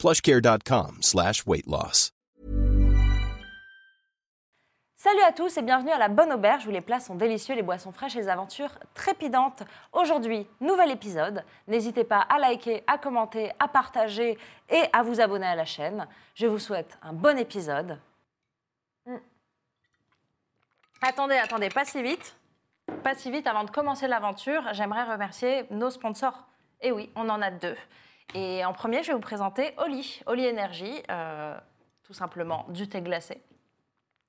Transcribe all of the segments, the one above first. plushcare.com slash weight loss. Salut à tous et bienvenue à la Bonne Auberge où les plats sont délicieux, les boissons fraîches et les aventures trépidantes. Aujourd'hui, nouvel épisode. N'hésitez pas à liker, à commenter, à partager et à vous abonner à la chaîne. Je vous souhaite un bon épisode. Mm. Attendez, attendez, pas si vite. Pas si vite, avant de commencer l'aventure, j'aimerais remercier nos sponsors. Et oui, on en a deux. Et en premier, je vais vous présenter Oli, Oli Energy, euh, tout simplement du thé glacé.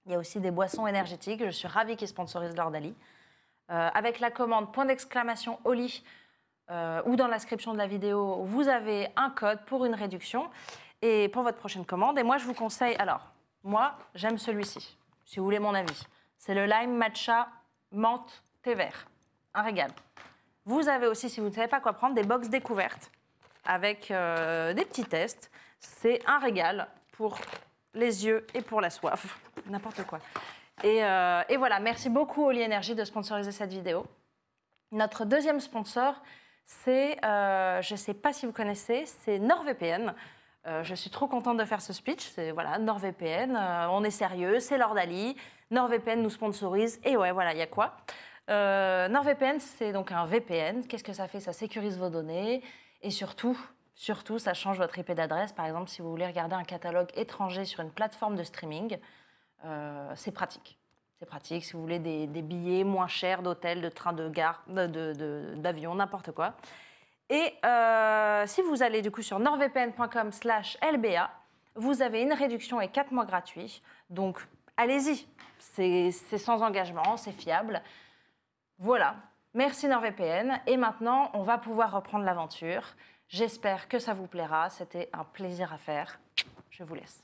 Il y a aussi des boissons énergétiques. Je suis ravie qu'ils sponsorisent leur Dali. Euh, avec la commande point d'exclamation Oli euh, ou dans l'inscription de la vidéo, vous avez un code pour une réduction et pour votre prochaine commande. Et moi, je vous conseille. Alors, moi, j'aime celui-ci. Si vous voulez mon avis, c'est le lime matcha menthe thé vert. Un régal. Vous avez aussi, si vous ne savez pas quoi prendre, des box découvertes avec euh, des petits tests. C'est un régal pour les yeux et pour la soif. N'importe quoi. Et, euh, et voilà, merci beaucoup Oli Energy de sponsoriser cette vidéo. Notre deuxième sponsor, c'est, euh, je ne sais pas si vous connaissez, c'est NordVPN. Euh, je suis trop contente de faire ce speech. C'est voilà, NordVPN, euh, on est sérieux, c'est Lord Ali. NordVPN nous sponsorise. Et ouais, voilà, il y a quoi Euh, NordVPN, c'est donc un VPN. Qu'est-ce que ça fait Ça sécurise vos données. Et surtout, surtout, ça change votre IP d'adresse. Par exemple, si vous voulez regarder un catalogue étranger sur une plateforme de streaming, euh, c'est pratique. C'est pratique si vous voulez des, des billets moins chers d'hôtel, de train, de gare, de- de- de- d'avion, n'importe quoi. Et euh, si vous allez du coup sur nordvpn.com slash lba, vous avez une réduction et 4 mois gratuits. Donc allez-y, c'est c'est sans engagement, c'est fiable. Voilà, merci NordVPN. Et maintenant, on va pouvoir reprendre l'aventure. J'espère que ça vous plaira, c'était un plaisir à faire. Je vous laisse.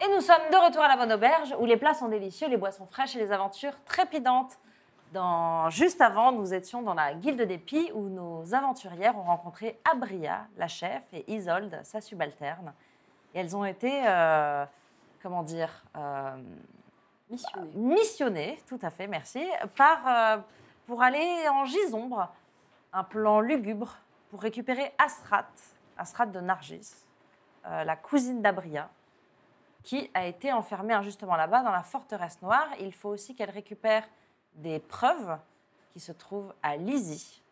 Et nous sommes de retour à la bonne auberge où les plats sont délicieux, les boissons fraîches et les aventures trépidantes. Dans- Juste avant, nous étions dans la guilde des Pies où nos aventurières ont rencontré Abria, la chef, et Isolde, sa subalterne. Et elles ont été, euh, comment dire, euh, Missionné. missionnées, tout à fait, merci, par, euh, pour aller en Gisombre, un plan lugubre, pour récupérer Asrat, Asrat de Nargis, euh, la cousine d'Abria, qui a été enfermée injustement là-bas dans la forteresse noire. Il faut aussi qu'elle récupère des preuves qui se trouvent à Lizy.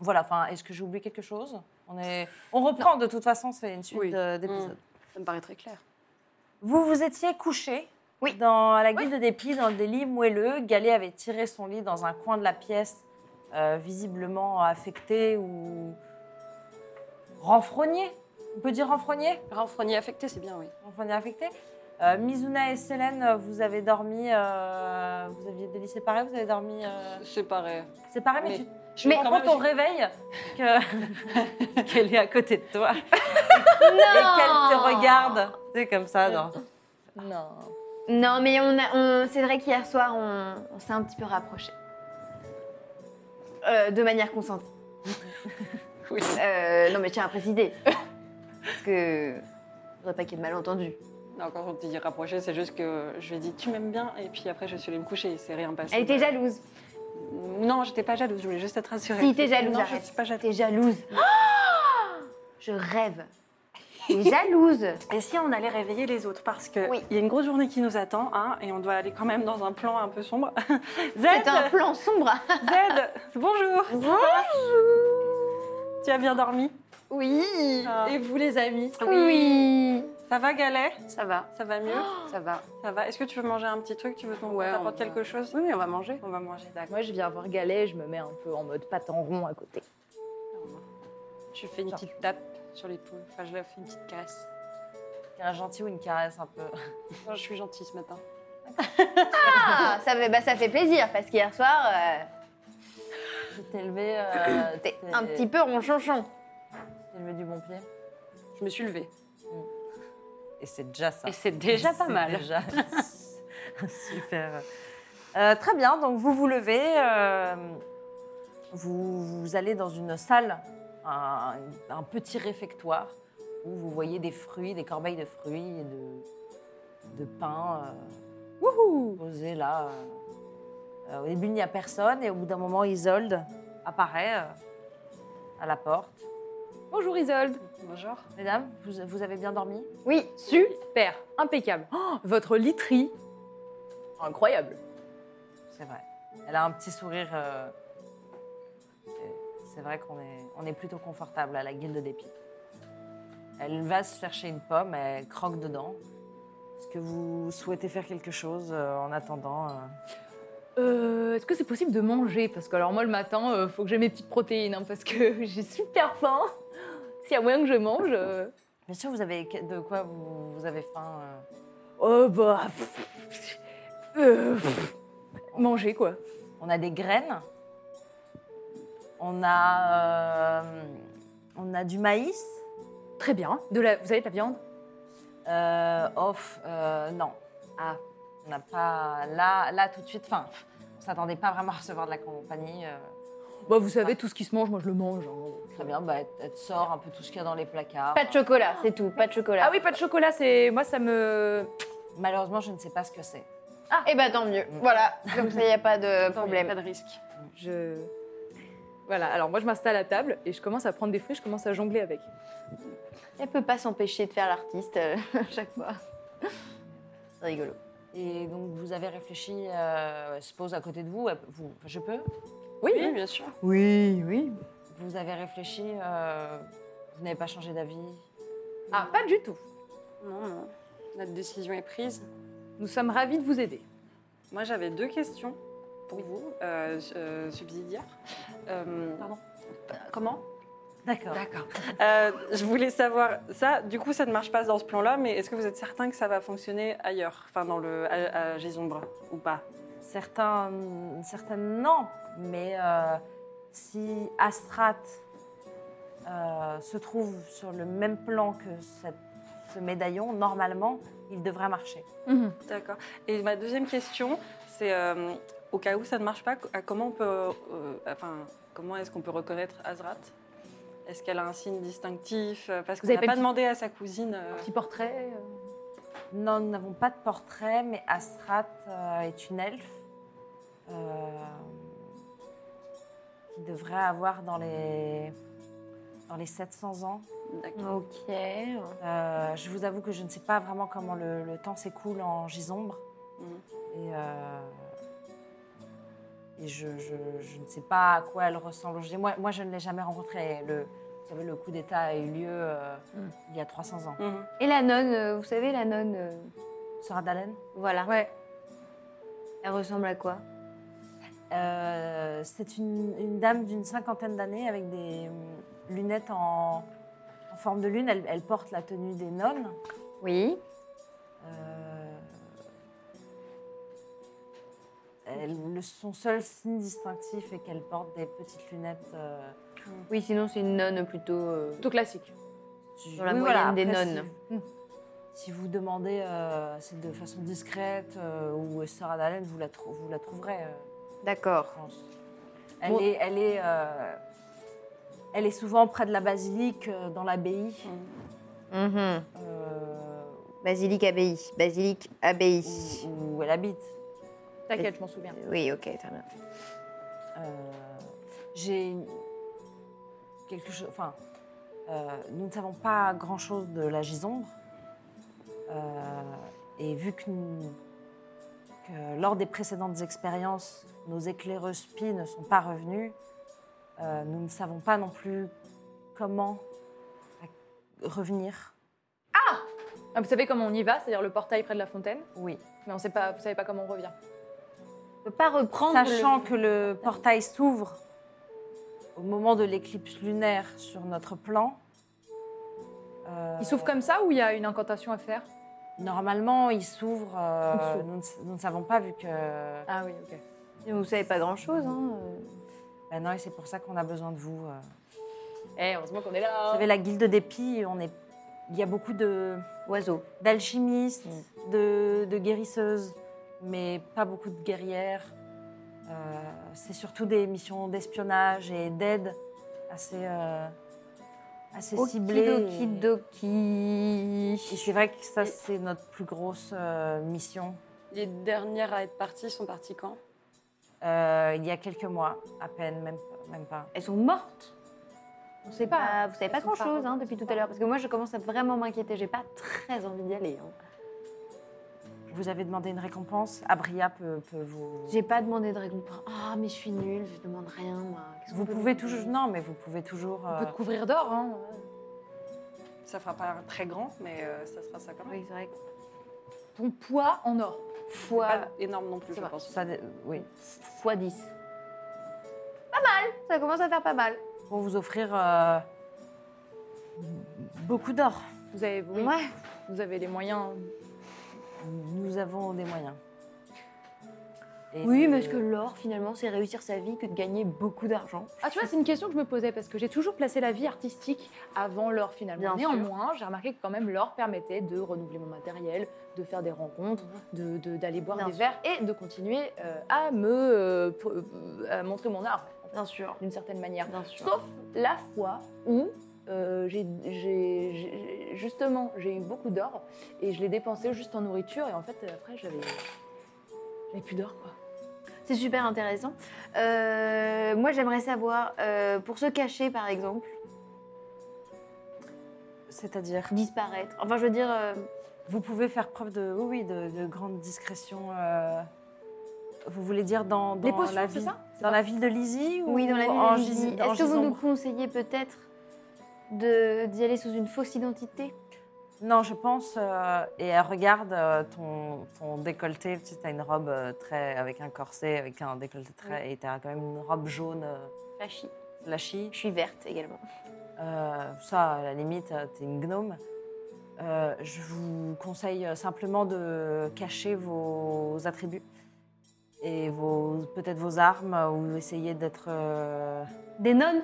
Voilà, enfin, est-ce que j'ai oublié quelque chose on, est... on reprend, de toute façon, c'est une suite Oui. euh, d'épisodes. Ça me paraît très clair. Vous vous étiez couché Oui. dans à la guilde des pies, dans des lits moelleux. Galet avait tiré son lit dans un coin de la pièce, euh, visiblement affecté ou renfrogné. On peut dire renfrogné Renfrogné affecté, c'est bien, oui. Renfrogné affecté. Euh, Mizuna et Célène, vous avez dormi, euh, vous aviez des lits séparés, vous avez dormi euh, C'est pareil. séparés, mais, Mais- tu Je mais me rends quand compte, on j'ai- réveille que- qu'elle est à côté de toi Non et qu'elle Ah. te regarde, c'est comme ça, non Non. Non, mais on a- on- c'est vrai qu'hier soir, on, on s'est un petit peu rapprochés. Euh, de manière consentie. Oui. Euh, non, mais tiens à préciser. Parce que. Faudrait pas qu'il y ait de malentendu. Non, quand on te dit rapprocher, c'est juste que je lui ai dit tu m'aimes bien et puis après je suis allée me coucher et c'est rien passé. Elle était jalouse. Non, j'étais pas jalouse, je voulais juste être rassurée. Si, t'es jalouse, Non, je arrête. suis pas jalouse. T'es jalouse. je rêve. T'es jalouse. Et si on allait réveiller les autres Parce qu'il Oui. y a une grosse journée qui nous attend, hein, et on doit aller quand même dans un plan un peu sombre. Z C'est un plan sombre. Z Bonjour Tu as bien dormi Oui. Et vous, les amis Oui. Ça va, Galet Ça va, Oh Ça va mieux ça va. Ça va Est-ce que tu veux manger un petit truc Tu veux qu'on Ouais, t'apporte on- quelque chose Oui, on va manger. On va manger, d'accord. Moi, je viens voir Galet, je me mets un peu en mode patin rond à côté. Tu fais une Ça. petite tape sur l'épaule. Enfin, je leur fais une petite caresse. Un gentil ou une caresse un peu. Non, je suis gentille ce matin. Ah, ça fait, bah, ça fait plaisir parce qu'hier soir, euh, Je t'ai levé. euh, t'es t'es- un petit peu ronchonchon. je t'ai levé du bon pied. Je me suis levée. Et c'est déjà ça. Et c'est déjà pas C'est mal. déjà super. Euh, très bien, donc vous vous levez, euh, vous, vous allez dans une salle, un, un petit réfectoire, où vous voyez des fruits, des corbeilles de fruits et de, de pain euh, posés là. Euh, au début, il n'y a personne, et au bout d'un moment, Isolde apparaît euh, à la porte. Bonjour Isolde. Bonjour. Mesdames, vous, vous avez bien dormi Oui, super, impeccable. Oh, votre literie. Incroyable. C'est vrai. Elle a un petit sourire. euh, c'est- C'est vrai qu'on est, on est plutôt confortable à la guilde des pies. Elle va se chercher une pomme, elle croque dedans. Est-ce que vous souhaitez faire quelque chose euh, en attendant euh Euh, Est-ce que c'est possible de manger Parce que alors moi le matin, euh, faut que j'ai mes petites protéines hein, parce que j'ai super faim. S'il y a moyen que je mange. euh, Bien sûr, vous avez que- de quoi vous, vous avez faim euh, Oh bah. pff, euh, pff, manger quoi. On a des graines. On a, euh, on a du maïs. Très bien. De la... Vous avez de la viande Euh, off, euh, non. Ah, on n'a pas. Là, là, tout de suite, enfin, on s'attendait pas vraiment à recevoir de la compagnie. euh. Bah vous savez, tout ce qui se mange, moi je le mange. hein. Très bien, bah, elle- elle te sort un peu tout ce qu'il y a dans les placards. Pas de chocolat, c'est tout. Pas de chocolat. Ah oui, pas de chocolat, c'est. Moi ça me. Malheureusement, je ne sais pas ce que c'est. Et bah tant mieux. Voilà. Comme ça, il n'y a pas de problème. Pas de risque. Je. Voilà, alors moi je m'installe à table et je commence à prendre des fruits, je commence à jongler avec. Elle peut pas s'empêcher de faire l'artiste euh, à chaque fois. C'est rigolo. Et donc, vous avez réfléchi, euh, elle se pose à côté de vous, elle- vous enfin, je peux Oui, bien sûr. Oui, oui. Vous avez réfléchi, euh, vous n'avez pas changé d'avis Ah, pas du tout. Non, non. Notre décision est prise. Nous sommes ravis de vous aider. Moi, j'avais deux questions pour vous, euh, euh, subsidiaires. Euh, Pardon euh, Comment D'accord. D'accord. Euh, je voulais savoir ça. Du coup, ça ne marche pas dans ce plan-là, mais est-ce que vous êtes certain que ça va fonctionner ailleurs, enfin dans le à, à Gisombre ou pas Certains, certains non, mais euh, si Astrat euh, se trouve sur le même plan que cette- ce médaillon, normalement, il devrait marcher. Mhm. D'accord. Et ma deuxième question, c'est euh, au cas où ça ne marche pas, à comment on peut, euh, enfin, comment est-ce qu'on peut reconnaître Azrat Est-ce qu'elle a un signe distinctif Parce qu'on avez n'a pas pas dit- demandé à sa cousine. euh, Petit portrait. euh, Non, nous n'avons pas de portrait, mais Astrat euh, est une elfe euh, qui devrait avoir dans les, dans les 700 ans. D'accord. Ok. Euh, je vous avoue que je ne sais pas vraiment comment le, le temps s'écoule en gisombre. Mhm. Et, euh, et je, je- je ne sais pas à quoi elle ressemble. Je dis, moi, moi, je ne l'ai jamais rencontrée. Le, vous savez, le coup d'État a eu lieu euh, Mhm. il y a 300 ans. Mhm. Et la nonne, euh, vous savez, la nonne, euh, Sœur Adalène voilà. Ouais. Elle ressemble à quoi Euh, C'est une, une dame d'une cinquantaine d'années avec des hum, lunettes en, en forme de lune. Elle, elle porte la tenue des nonnes. Oui. Euh, elle- le- son seul signe distinctif est qu'elle porte des petites lunettes. euh, Oui, sinon c'est une nonne plutôt. euh, Plutôt classique. du- Sur la moyenne des nonnes. Hmm. Si, si vous demandez, euh, c'est de façon discrète euh, ou Sarah Dalen, vous la, trou- vous la trouverez, euh, D'accord. je pense. Elle Bon. est, elle est, euh, elle est souvent près de la basilique, euh, dans l'abbaye. Mhm. euh, Basilique abbaye. Basilique abbaye. où, où elle habite. Euh, T'inquiète, je m'en souviens. Oui, ok, très bien. euh, j'ai une- quelque chose. Enfin, euh, nous ne savons pas grand-chose de la gisombre. Euh, et vu que, nous- que lors des précédentes expériences, nos éclaireuses spies ne sont pas revenues, euh, nous ne savons pas non plus comment à- revenir. Ah, vous savez comment on y va, c'est-à-dire le portail près de la fontaine, Oui. mais on sait pas, vous savez pas comment on revient. On peut pas reprendre. le- Sachant que le portail s'ouvre au moment de l'éclipse lunaire sur notre plan. euh, Il s'ouvre comme ça ou il y a une incantation à faire Normalement, il s'ouvre. euh, Il s'ouvre. nous, ne s- nous ne savons pas vu que. Ah oui, ok. Vous savez pas grand-chose. Hein. euh. Ben non, et c'est pour ça qu'on a besoin de vous. euh. Eh, heureusement qu'on est Vous là. savez, la guilde des pies, on est. Il y a beaucoup de Oiseau. d'alchimistes, Mm. de, de guérisseuses, mais pas beaucoup de guerrières. Euh, c'est surtout des missions d'espionnage et d'aide assez, euh, assez ciblées. et- Okidokidoki. Et c'est vrai que ça, c'est notre plus grosse euh, mission Les dernières à être parties sont parties quand Euh, il y a quelques mois, à peine, même, même pas. Elles sont mortes. On sait pas. pas. Bah, Vous savez pas Elles sont Ah, pas grand-chose hein, revenues. depuis tout à l'heure. Parce que moi, je commence à vraiment m'inquiéter. J'ai pas très envie d'y aller. hein. Je vous avais demandé une récompense. Abria peut, peut vous. J'ai pas demandé de récompense. Ah, mais je suis nulle, je demande rien, moi. Qu'est-ce qu'on Vous peut pouvez me donner toujours. Non, mais vous pouvez toujours. On peut euh, te couvrir d'or, hein. Ça fera pas un très grand, mais euh, ça sera ça quand même. Oui, c'est vrai. Ton poids en Pas or. Fois, énorme non plus, c'est je vrai. pense. ça dé- oui. fois 10. Pas mal, ça commence à faire pas mal. Pour vous offrir. euh, beaucoup d'or. Vous avez, oui, Ouais. vous avez les moyens. Nous avons des moyens. Et Oui, le- mais est-ce que l'or, finalement, c'est réussir sa vie que de gagner beaucoup d'argent Ah, tu vois, c'est une question que je me posais parce que j'ai toujours placé la vie artistique avant l'or finalement. Bien sûr. Néanmoins, j'ai remarqué que quand même l'or permettait de renouveler mon matériel, de faire des rencontres, de- de- d'aller boire Bien des sûr. verres et de continuer euh, à me euh, pr- euh, à montrer mon art Bien sûr, d'une certaine manière. bien sûr. Sauf la fois où euh, j'ai- j'ai- j'ai- justement j'ai eu beaucoup d'or et je l'ai dépensé juste en nourriture et en fait après j'avais j'avais plus d'or quoi. C'est super intéressant. Euh, moi, j'aimerais savoir, euh, pour se cacher, par exemple, C'est-à-dire. disparaître. Enfin, je veux dire, euh, Vous pouvez faire preuve de. Oui, oui, de, de grande discrétion. euh, Vous voulez dire dans, dans Les potions, la c'est ville ça C'est Dans pas- la ville de Lizzie ou oui, dans la en ville de Lizzie, Gis- en est-ce que vous nous Gisombre conseillez peut-être de- d'y aller sous une fausse identité Non, je pense. euh, et elle regarde euh, ton, ton décolleté. Tu as une robe euh, très, avec un corset, avec un décolleté très. Et tu as quand même une robe jaune euh, Flashy. flashy. Je suis verte également. Euh, ça, à la limite, euh, t'es une gnome. Euh, je vous conseille euh, simplement de cacher vos attributs et vos peut-être vos armes euh, ou essayer d'être euh, Des nonnes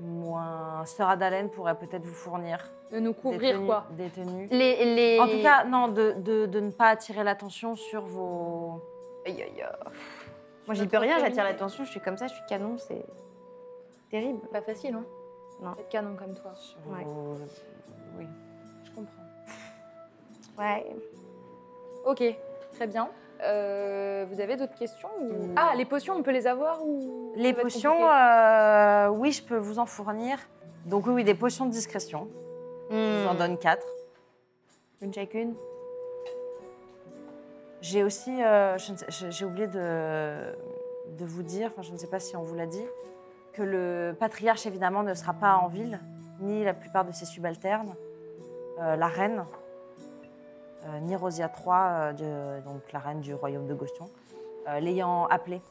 moins. Sœur Adalène pourrait peut-être vous fournir De nous des couvrir tenues- quoi. des tenues. Les, les... En tout cas, non, de, de- de ne pas attirer l'attention sur vos. Aïe, aïe, aïe. Moi, j'y peux rien, j'attire l'attention, je suis comme ça, je suis canon, c'est terrible. Pas facile hein. Non. Être canon comme toi. sur Ouais. vos- Oui. Je comprends. Ouais. Ok, très bien. Euh, vous avez d'autres questions ou- Mm. Ah, les potions, on peut les avoir ou Les ça va être potions, compliqué euh, oui, je peux vous en fournir. Donc oui, oui, des potions de discrétion. Je vous en Hmm. donne quatre. Une chacune. J'ai aussi, euh, je ne sais- j'ai j'ai oublié de, de vous dire, enfin je ne sais pas si on vous l'a dit, que le patriarche évidemment ne sera pas en ville, ni la plupart de ses subalternes, Euh, la reine, euh, ni Rosia III, euh, de- donc la reine du royaume de Gostion, euh, l'ayant appelée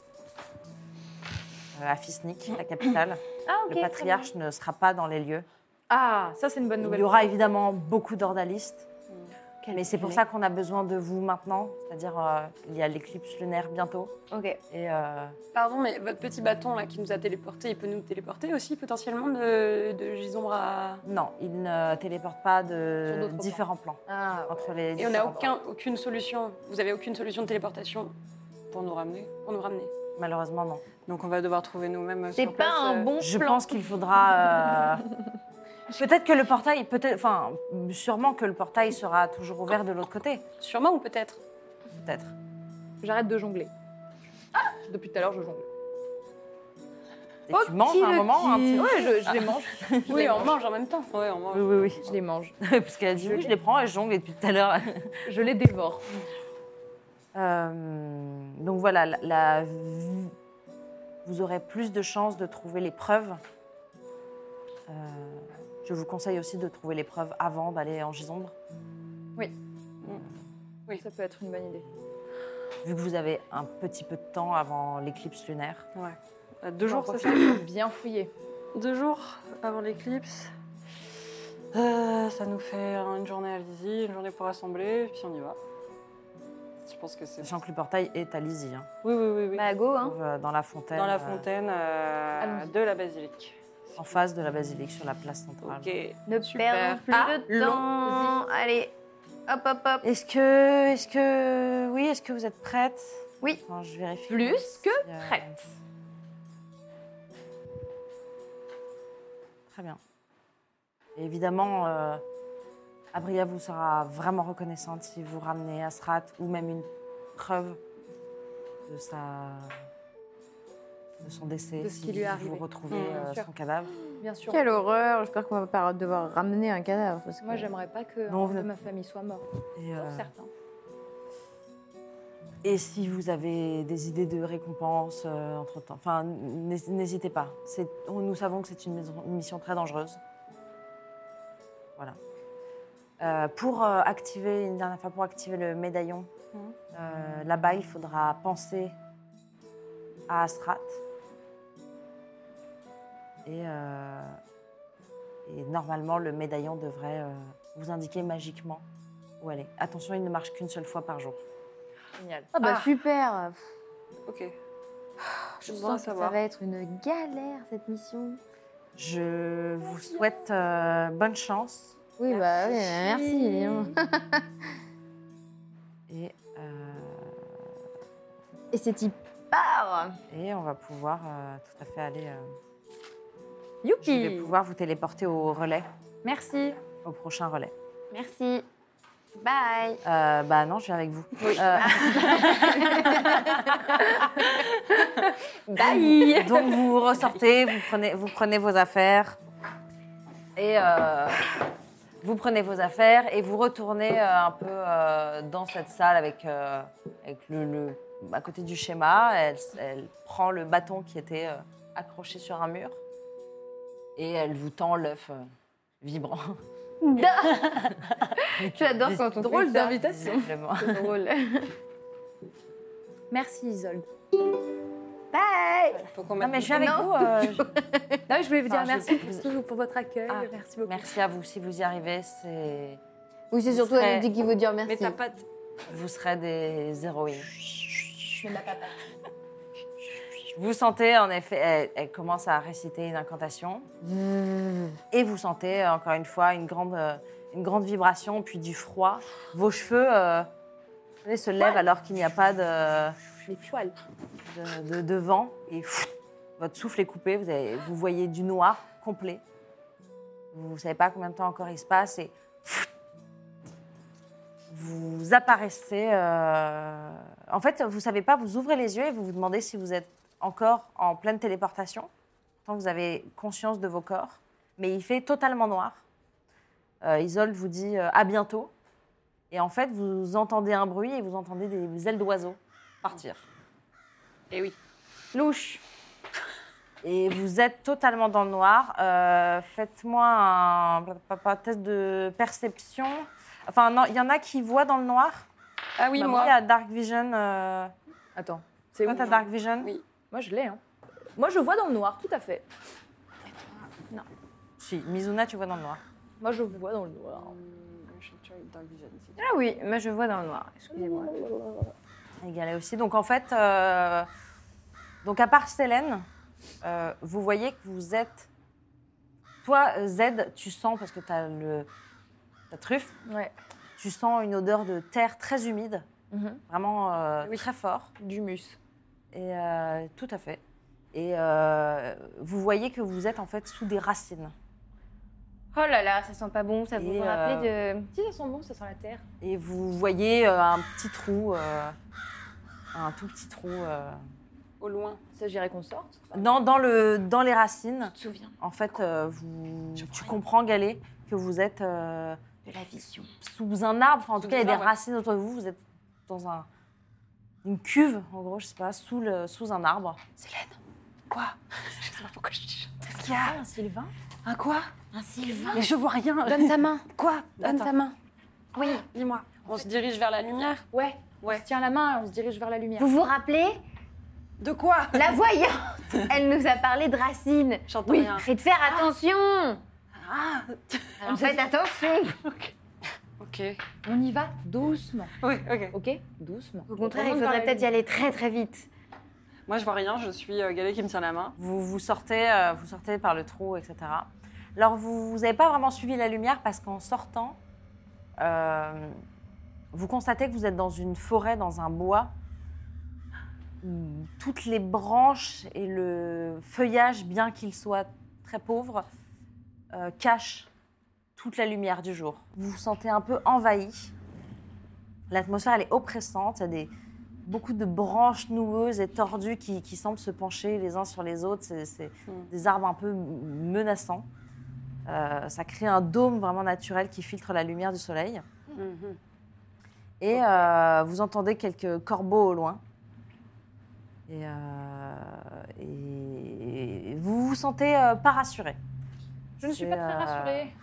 euh, à Fisnik, la capitale. Ah, ok. le patriarche ne sera pas dans les lieux. Ah, ça c'est une bonne Il nouvelle. y aura évidemment beaucoup d'ordalistes. Quel Mais c'est pour plaisir. ça qu'on a besoin de vous maintenant, c'est-à-dire euh, il y a l'éclipse lunaire bientôt Ok. et euh, Pardon, mais votre petit bâton là qui nous a téléporté, il peut nous téléporter aussi potentiellement de, de Gisombre à. non, il ne téléporte pas Sur de d'autres différents plans, Ah, entre les Et on n'a différents plans. aucun, aucune solution. Vous avez aucune solution de téléportation pour nous ramener Pour nous ramener. malheureusement non. Donc on va devoir trouver nous-mêmes. euh, C'est pas un bon Je plan. pense qu'il faudra euh, peut-être que le portail peut-être enfin sûrement que le portail sera toujours ouvert de l'autre côté, Sûrement ou peut-être. peut-être. j'arrête de jongler. Ah Depuis tout à l'heure, je jongle. et Oh, tu manges petit à un le moment. un petit- petit. Ah. Ouais, je, je les mange. Je Oui, les on mange. mange en même temps. Oui, on mange. Oui, oui, oui. Je les mange. Parce qu'elle a dit Je oui, je l'ai. les prends et je jongle depuis tout à l'heure. Je les dévore. Euh, donc voilà, la, la- vous aurez plus de chances de trouver les preuves. Euh, je vous conseille aussi de trouver les preuves avant d'aller en gisombre. Oui. Ça peut être une bonne idée. Vu que vous avez un petit peu de temps avant l'éclipse lunaire, À Deux jours, ça J'en c'est profite pour bien fouillé. Deux jours avant l'éclipse. Euh, ça nous fait une journée à Lizzie, une journée pour assembler, puis on y va. Je pense que c'est. sachant que le portail est à Lizzie, hein, Oui, oui, oui. oui. Bah, go, hein. euh, dans la fontaine, Dans la euh, fontaine euh, Allons-y. de la basilique. en face de la basilique sur la place centrale. Ok. Ne perdons plus Ah, de temps. Allez, hop, hop, hop. Est-ce que, est-ce que, oui, est-ce que vous êtes prête Oui. Enfin, je vérifie. Plus que Euh, prête. Très bien. Et évidemment, euh, Abria vous sera vraiment reconnaissante si vous ramenez Asrat ou même une preuve de sa de son décès, De ce si qui lui est vous arrivé. retrouvez Mmh, bien euh, sûr. son cadavre. Bien sûr. Quelle horreur. J'espère qu'on va pas devoir ramener un cadavre. parce que- Moi, j'aimerais pas que Non, un vous de n'êtes- ma famille soit mort. Et, Pour euh, certains. et si vous avez des idées de récompense entre temps, enfin, n'hés- n'hésitez pas. C'est- on- nous savons que c'est une, maison- une mission très dangereuse. Voilà. Euh, pour euh, activer une dernière fois, pour activer le médaillon, Mhm. euh, là-bas, il faudra penser à Astrat. Et, euh, et normalement, le médaillon devrait euh, vous indiquer magiquement où aller. Attention, il ne marche qu'une seule fois par jour. Génial. Ah bah Ah. super. Ok. Je Je voudrais sens que ça savoir. va être une galère cette mission. Je vous souhaite euh, bonne chance Oui, bah oui, merci. hein. dis donc. et, euh, Et c'est type part. et on va pouvoir euh, tout à fait aller. euh, je vais Youpi. pouvoir vous téléporter au relais, Hmm. Merci. au prochain relais. Merci. Bye. Euh, bah non, je viens avec vous. Euh, Bye. Donc vous ressortez, vous prenez, vous prenez vos affaires et euh, vous prenez vos affaires et vous retournez euh, un peu euh, dans cette salle avec, euh, avec le, le- à côté du schéma. Elle, elle prend le bâton qui était euh, accroché sur un mur et elle vous tend l'œuf euh, vibrant. J'adore quand on Drôle fait ça. d'invitation. Visiblement. C'est drôle. Merci Isolde. Bye. Faut qu'on Non mette- mais je suis avec Non. vous. euh, je- Non, je voulais vous dire Enfin, je- merci pour, tout, pour votre accueil. Ah, merci beaucoup. Merci à vous si vous y arrivez. C'est Oui, c'est surtout serait- elle dit qu'il veut dire Mais merci. t'as pas. de- vous serez des héroïnes. Vous sentez en effet, elle, elle commence à réciter une incantation et vous sentez euh, encore une fois une grande, euh, une grande vibration puis du froid. Vos cheveux euh, vous savez, se lèvent alors qu'il n'y a pas de, Les poils. de, de- de vent et pff, votre souffle est coupé. Vous, avez- vous voyez du noir complet. Vous ne savez pas combien de temps encore il se passe et pff, vous apparaissez. euh, En fait, vous savez pas. Vous ouvrez les yeux et vous vous demandez si vous êtes encore en pleine téléportation. Tant que vous avez conscience de vos corps, mais il fait totalement noir. Euh, Isolde vous dit euh, à bientôt. Et en fait, vous entendez un bruit et vous entendez des ailes d'oiseaux partir. Eh oui. Louche. Et vous êtes totalement dans le noir. Euh, Faites-moi un blablabla, test de perception. Enfin, non, il y en a qui voient dans le noir. Ah oui, Bah, moi. il y a Dark Vision. euh, Attends, c'est Toi, où t'as Dark Vision Oui. Moi, je l'ai. Hein. Moi, je vois dans le noir, tout à fait. Si, Mizuna, tu vois dans le noir. Moi, je vois dans le noir. Hum, je sais que tu as une dark vision, c'est- Ah oui, moi je vois dans le noir. Excusez-moi. Et Galet aussi. Donc, en fait, euh, donc à part Célène, euh, vous voyez que vous êtes. Toi, euh, Z, tu sens, parce que tu as le... ta truffe, Ouais. tu sens une odeur de terre très humide, Mhm. vraiment euh, Oui. très fort. Du mus. Et euh, tout à fait. Et euh, vous voyez que vous êtes en fait sous des racines. Oh là là, ça sent pas bon. Ça vous Et, vous rappelez de. Si ça sent bon, ça sent la terre. Et vous voyez euh, un petit trou, euh, un tout petit trou euh, au loin. Il s'agirait qu'on sorte. Ah, Dans, dans, le, dans les racines, te souviens en fait, euh, vous, Je tu crois. comprends, Galé, que vous êtes euh, de la vision. sous un arbre. Enfin, en tout Sous cas, il y un a des arbre. racines autour de vous. Vous êtes dans un, une cuve, en gros, je sais pas, sous, le, sous un arbre. Célène, Quoi je Bah, sais pas pourquoi je dis. Qu'est-ce qu'il y a Un Sylvain Un quoi Un Sylvain Mais je vois rien. Donne ta main, Quoi donne Attends, ta main. oui, dis-moi. On se dirige vers la lumière Ouais, Ouais. on se tient la main et on se dirige vers la lumière. Vous vous rappelez De quoi La voyante Elle nous a parlé de racines. J'entends Oui, rien. et de faire attention Ah Alors faites attention Ok. On y va doucement. Oui, ok. Ok Doucement. Au contraire, On il va faudrait dans peut-être y aller très très vite. Moi, je vois rien. Je suis euh, Galet qui me tient la main. Vous, vous, sortez, euh, vous sortez par le trou, etc. Alors, vous n'avez pas vraiment suivi la lumière parce qu'en sortant, euh, vous constatez que vous êtes dans une forêt, dans un bois. où Toutes les branches et le feuillage, bien qu'il soit très pauvre, euh, cachent toute la lumière du jour. Vous vous sentez un peu envahi. L'atmosphère, elle est oppressante. Il y a des, beaucoup de branches noueuses et tordues qui, qui semblent se pencher les uns sur les autres. C'est c'est Mm. des arbres un peu menaçants. Euh, ça crée un dôme vraiment naturel qui filtre la lumière du soleil. Et euh, vous entendez quelques corbeaux au loin. Et, euh, et- et vous vous sentez euh, pas rassuré. Je ne suis C'est, pas très euh, rassurée.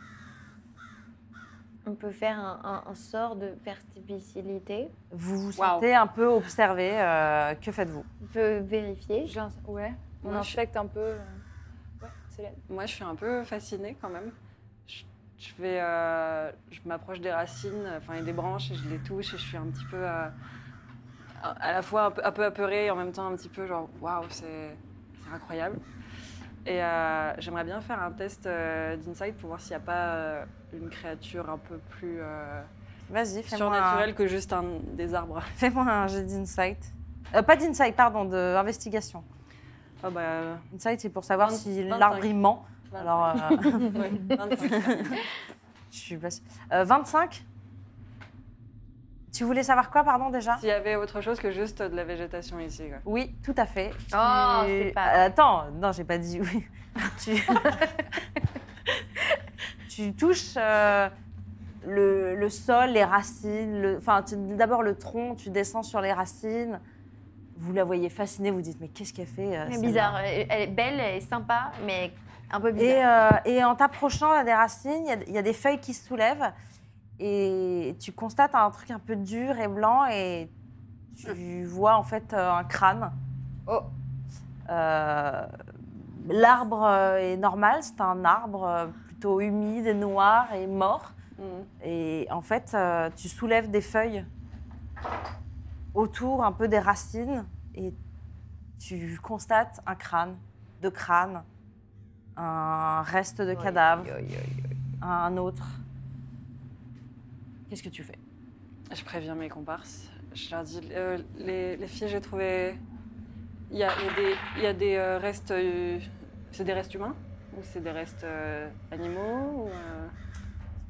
On peut faire un, un- un sort de perspicillité. Vous vous Waouh. sentez un peu observé. euh, que faites-vous On peut vérifier. J'in- Ouais, on Moi, je- inspecte un peu. euh, Ouais, Célène. Moi, je suis un peu fascinée quand même. Je, je vais, euh, je m'approche des racines, enfin et des branches, et je les touche, et je suis un petit peu, euh, à, à la fois un peu, un peu apeurée, et en même temps un petit peu genre, waouh, c'est, c'est incroyable. Et euh, j'aimerais bien faire un test euh, d'insight pour voir s'il n'y a pas euh, une créature un peu plus euh, Vas-y, fais-moi un, surnaturelle que juste un des arbres. fais-moi un jet d'insight. Euh, pas d'insight, pardon, d'investigation. Ah bah, Insight, c'est pour savoir Vingt- si 25. l'arbre il ment. 25. Alors, euh, Ouais, 25. je suis pas sûre. Euh, 25 Tu voulais savoir quoi, pardon, déjà S'il y avait autre chose que juste de la végétation ici. quoi. Oui, tout à fait. Oh, Tu- c'est pas Euh, Attends, non, j'ai pas dit oui. tu... Tu touches euh, le, le sol, les racines, le- enfin, tu- d'abord le tronc, tu descends sur les racines. Vous la voyez fascinée, vous dites, mais qu'est-ce qu'elle fait euh, Mais celle-là bizarre. Elle elle est belle, elle est sympa, mais un peu bizarre. Et, euh, et en t'approchant à des racines, il y a- il y, a des feuilles qui se soulèvent et tu constates un truc un peu dur et blanc et tu vois en fait euh, un crâne. Oh. Euh, L'arbre euh, est normal, c'est un arbre euh, plutôt humide et noir et mort. Mhm. Et en fait, euh, tu soulèves des feuilles autour un peu des racines et tu constates un crâne, deux crânes, un reste euh, de cadavre, un autre. Qu'est-ce que tu fais Je préviens mes comparses. Je leur dis, euh, les, les filles, j'ai trouvé. Il y a, il y a des, il y a des euh, restes. euh, c'est des restes humains Ou c'est des restes euh, animaux ou, euh,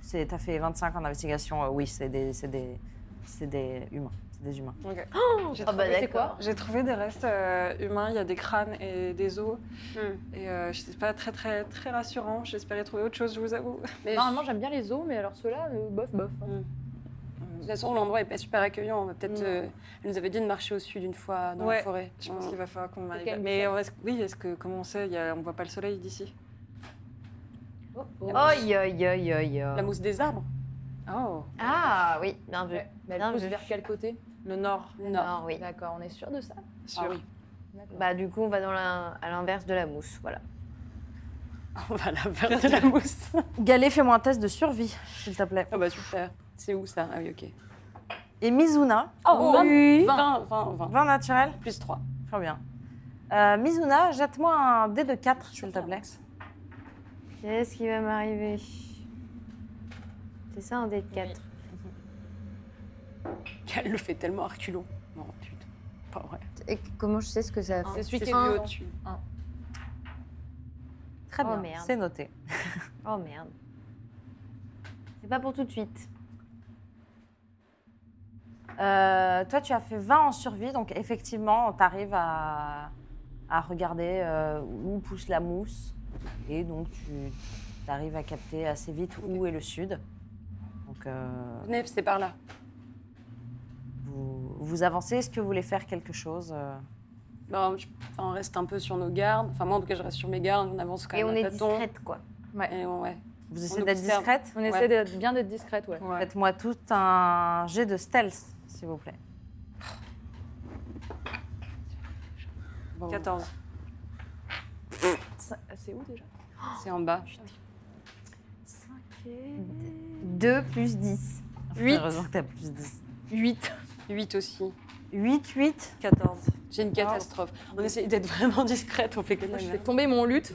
C'est- T'as fait 25 en investigation, euh, oui, c'est des, c'est des, c'est des humains. C'est des humains. ok. euh, J'ai Ah bah trouvé- c'est d'accord. J'ai trouvé des restes euh, humains. Il y a des crânes et des os. Hmm. Et euh, c'est pas très, très, très rassurant. J'espérais trouver autre chose, je vous avoue. Mais Normalement, j'aime bien les os, mais alors ceux-là, euh, bof, bof. hein. de toute façon, l'endroit est pas super accueillant. On va peut-être. Non. euh, elle nous avait dit de marcher au sud une fois dans Ouais, la forêt. Je pense On- qu'il va falloir qu'on m'aille. Quel Mais euh, est-ce- oui, est-ce que, comment on sait il y a- On voit pas le soleil d'ici. Oh, Aïe, aïe, aïe, aïe. La mousse des arbres Oh Ah oui, bien vu. Ouais. Mais Bien elle pousse vu. vers quel côté Le nord, Non. Non, oui. D'accord, on est sûr de ça Ah sur. oui. D'accord. Bah du coup, on va dans la- à l'inverse de la mousse, voilà. On va la faire de la mousse. Galé, fais-moi un test de survie, s'il te plaît. Ah bah super. C'est où ça Ah oui, ok. Et Mizuna, Oh, 20, oui. 20, 20, 20. 20 naturel Plus 3. Très bien. Euh, Mizuna, jette-moi un dé de 4, s'il te plaît. Qu'est-ce qui va m'arriver C'est ça un dé de 4. Elle le fait tellement arculon. Non, putain. Pas vrai. Et comment je sais ce que ça fait C'est celui qui est un. vu au-dessus. Au-dessus. Très Oh, bien, merde. c'est noté. Oh merde. C'est pas pour tout de suite. Euh, toi, tu as fait 20 en survie, donc effectivement, tu arrives à, à regarder euh, où pousse la mousse. Et donc, tu arrives à capter assez vite où est le sud. Donc, euh, Venez, c'est par là. vous, vous avancez. Est-ce que vous voulez faire quelque chose euh, Bon, je- enfin, on reste un peu sur nos gardes. Enfin, moi, en tout cas, je reste sur mes gardes. On avance quand Et même on à est tâtons. discrète, quoi. Et on- ouais. Vous On essayez d'être observe. discrète On essaie d'être- bien d'être discrète, ouais. Ouais. Faites-moi tout un jet de stealth, s'il vous plaît. Bon, 14. Ça- C'est où déjà C'est en bas. Ok. 2 plus 10. Huit. Heureusement que t'as plus 10. 8. 8 aussi. 8, 8. 14. J'ai une catastrophe. On essaye d'être vraiment discrète. On fait que Moi, je dalle. fais tomber mon lutte.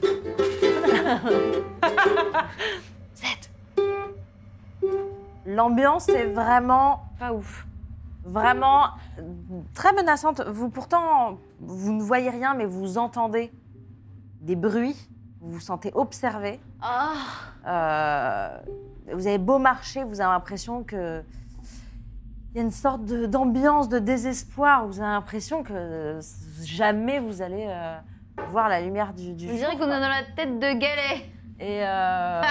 7. L'ambiance est vraiment Pas ouf. vraiment euh, très menaçante. Vous pourtant, vous ne voyez rien, mais vous entendez des bruits, vous vous sentez observé. Ah Euh, vous avez beau marcher, vous avez l'impression que il y a une sorte de- d'ambiance de désespoir. Vous avez l'impression que jamais vous allez euh, voir la lumière du, du On dirait jour, qu'on est quoi. dans la tête de galet. Et, euh,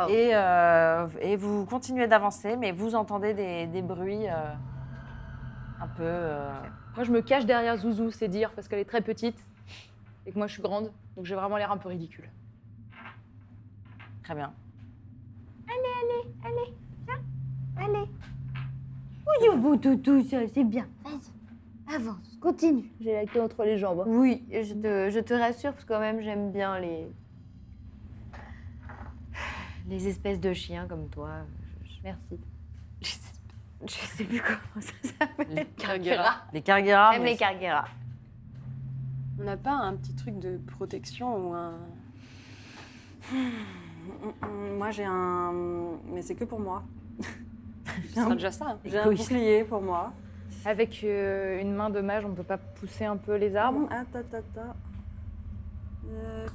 Oh. et, euh, et vous continuez d'avancer, mais vous entendez des, des bruits euh, un peu. euh, Moi, je me cache derrière Zouzou, c'est dire, parce qu'elle est très petite et que moi, je suis grande, donc j'ai vraiment l'air un peu ridicule. Très bien. Allez. Oui, au bout de tout ça, c'est bien. Vas-y. Avance, continue. J'ai la queue entre les jambes. hein. Oui, je te, je te rassure, parce que quand même, j'aime bien les. Les espèces de chiens comme toi. Je- je- Merci. Je sais, je sais plus comment ça s'appelle. Carguera. Les Ah, Carguera. J'aime mais les Carguera. On n'a pas un petit truc de protection ou un. Moi, j'ai un. Mais c'est que pour moi. Ce sera déjà ça. hein. J'ai un Égoïste. bouclier pour moi. Avec euh, une main de mage, on peut pas pousser un peu les arbres Ah, ta, ta, ta. Euh,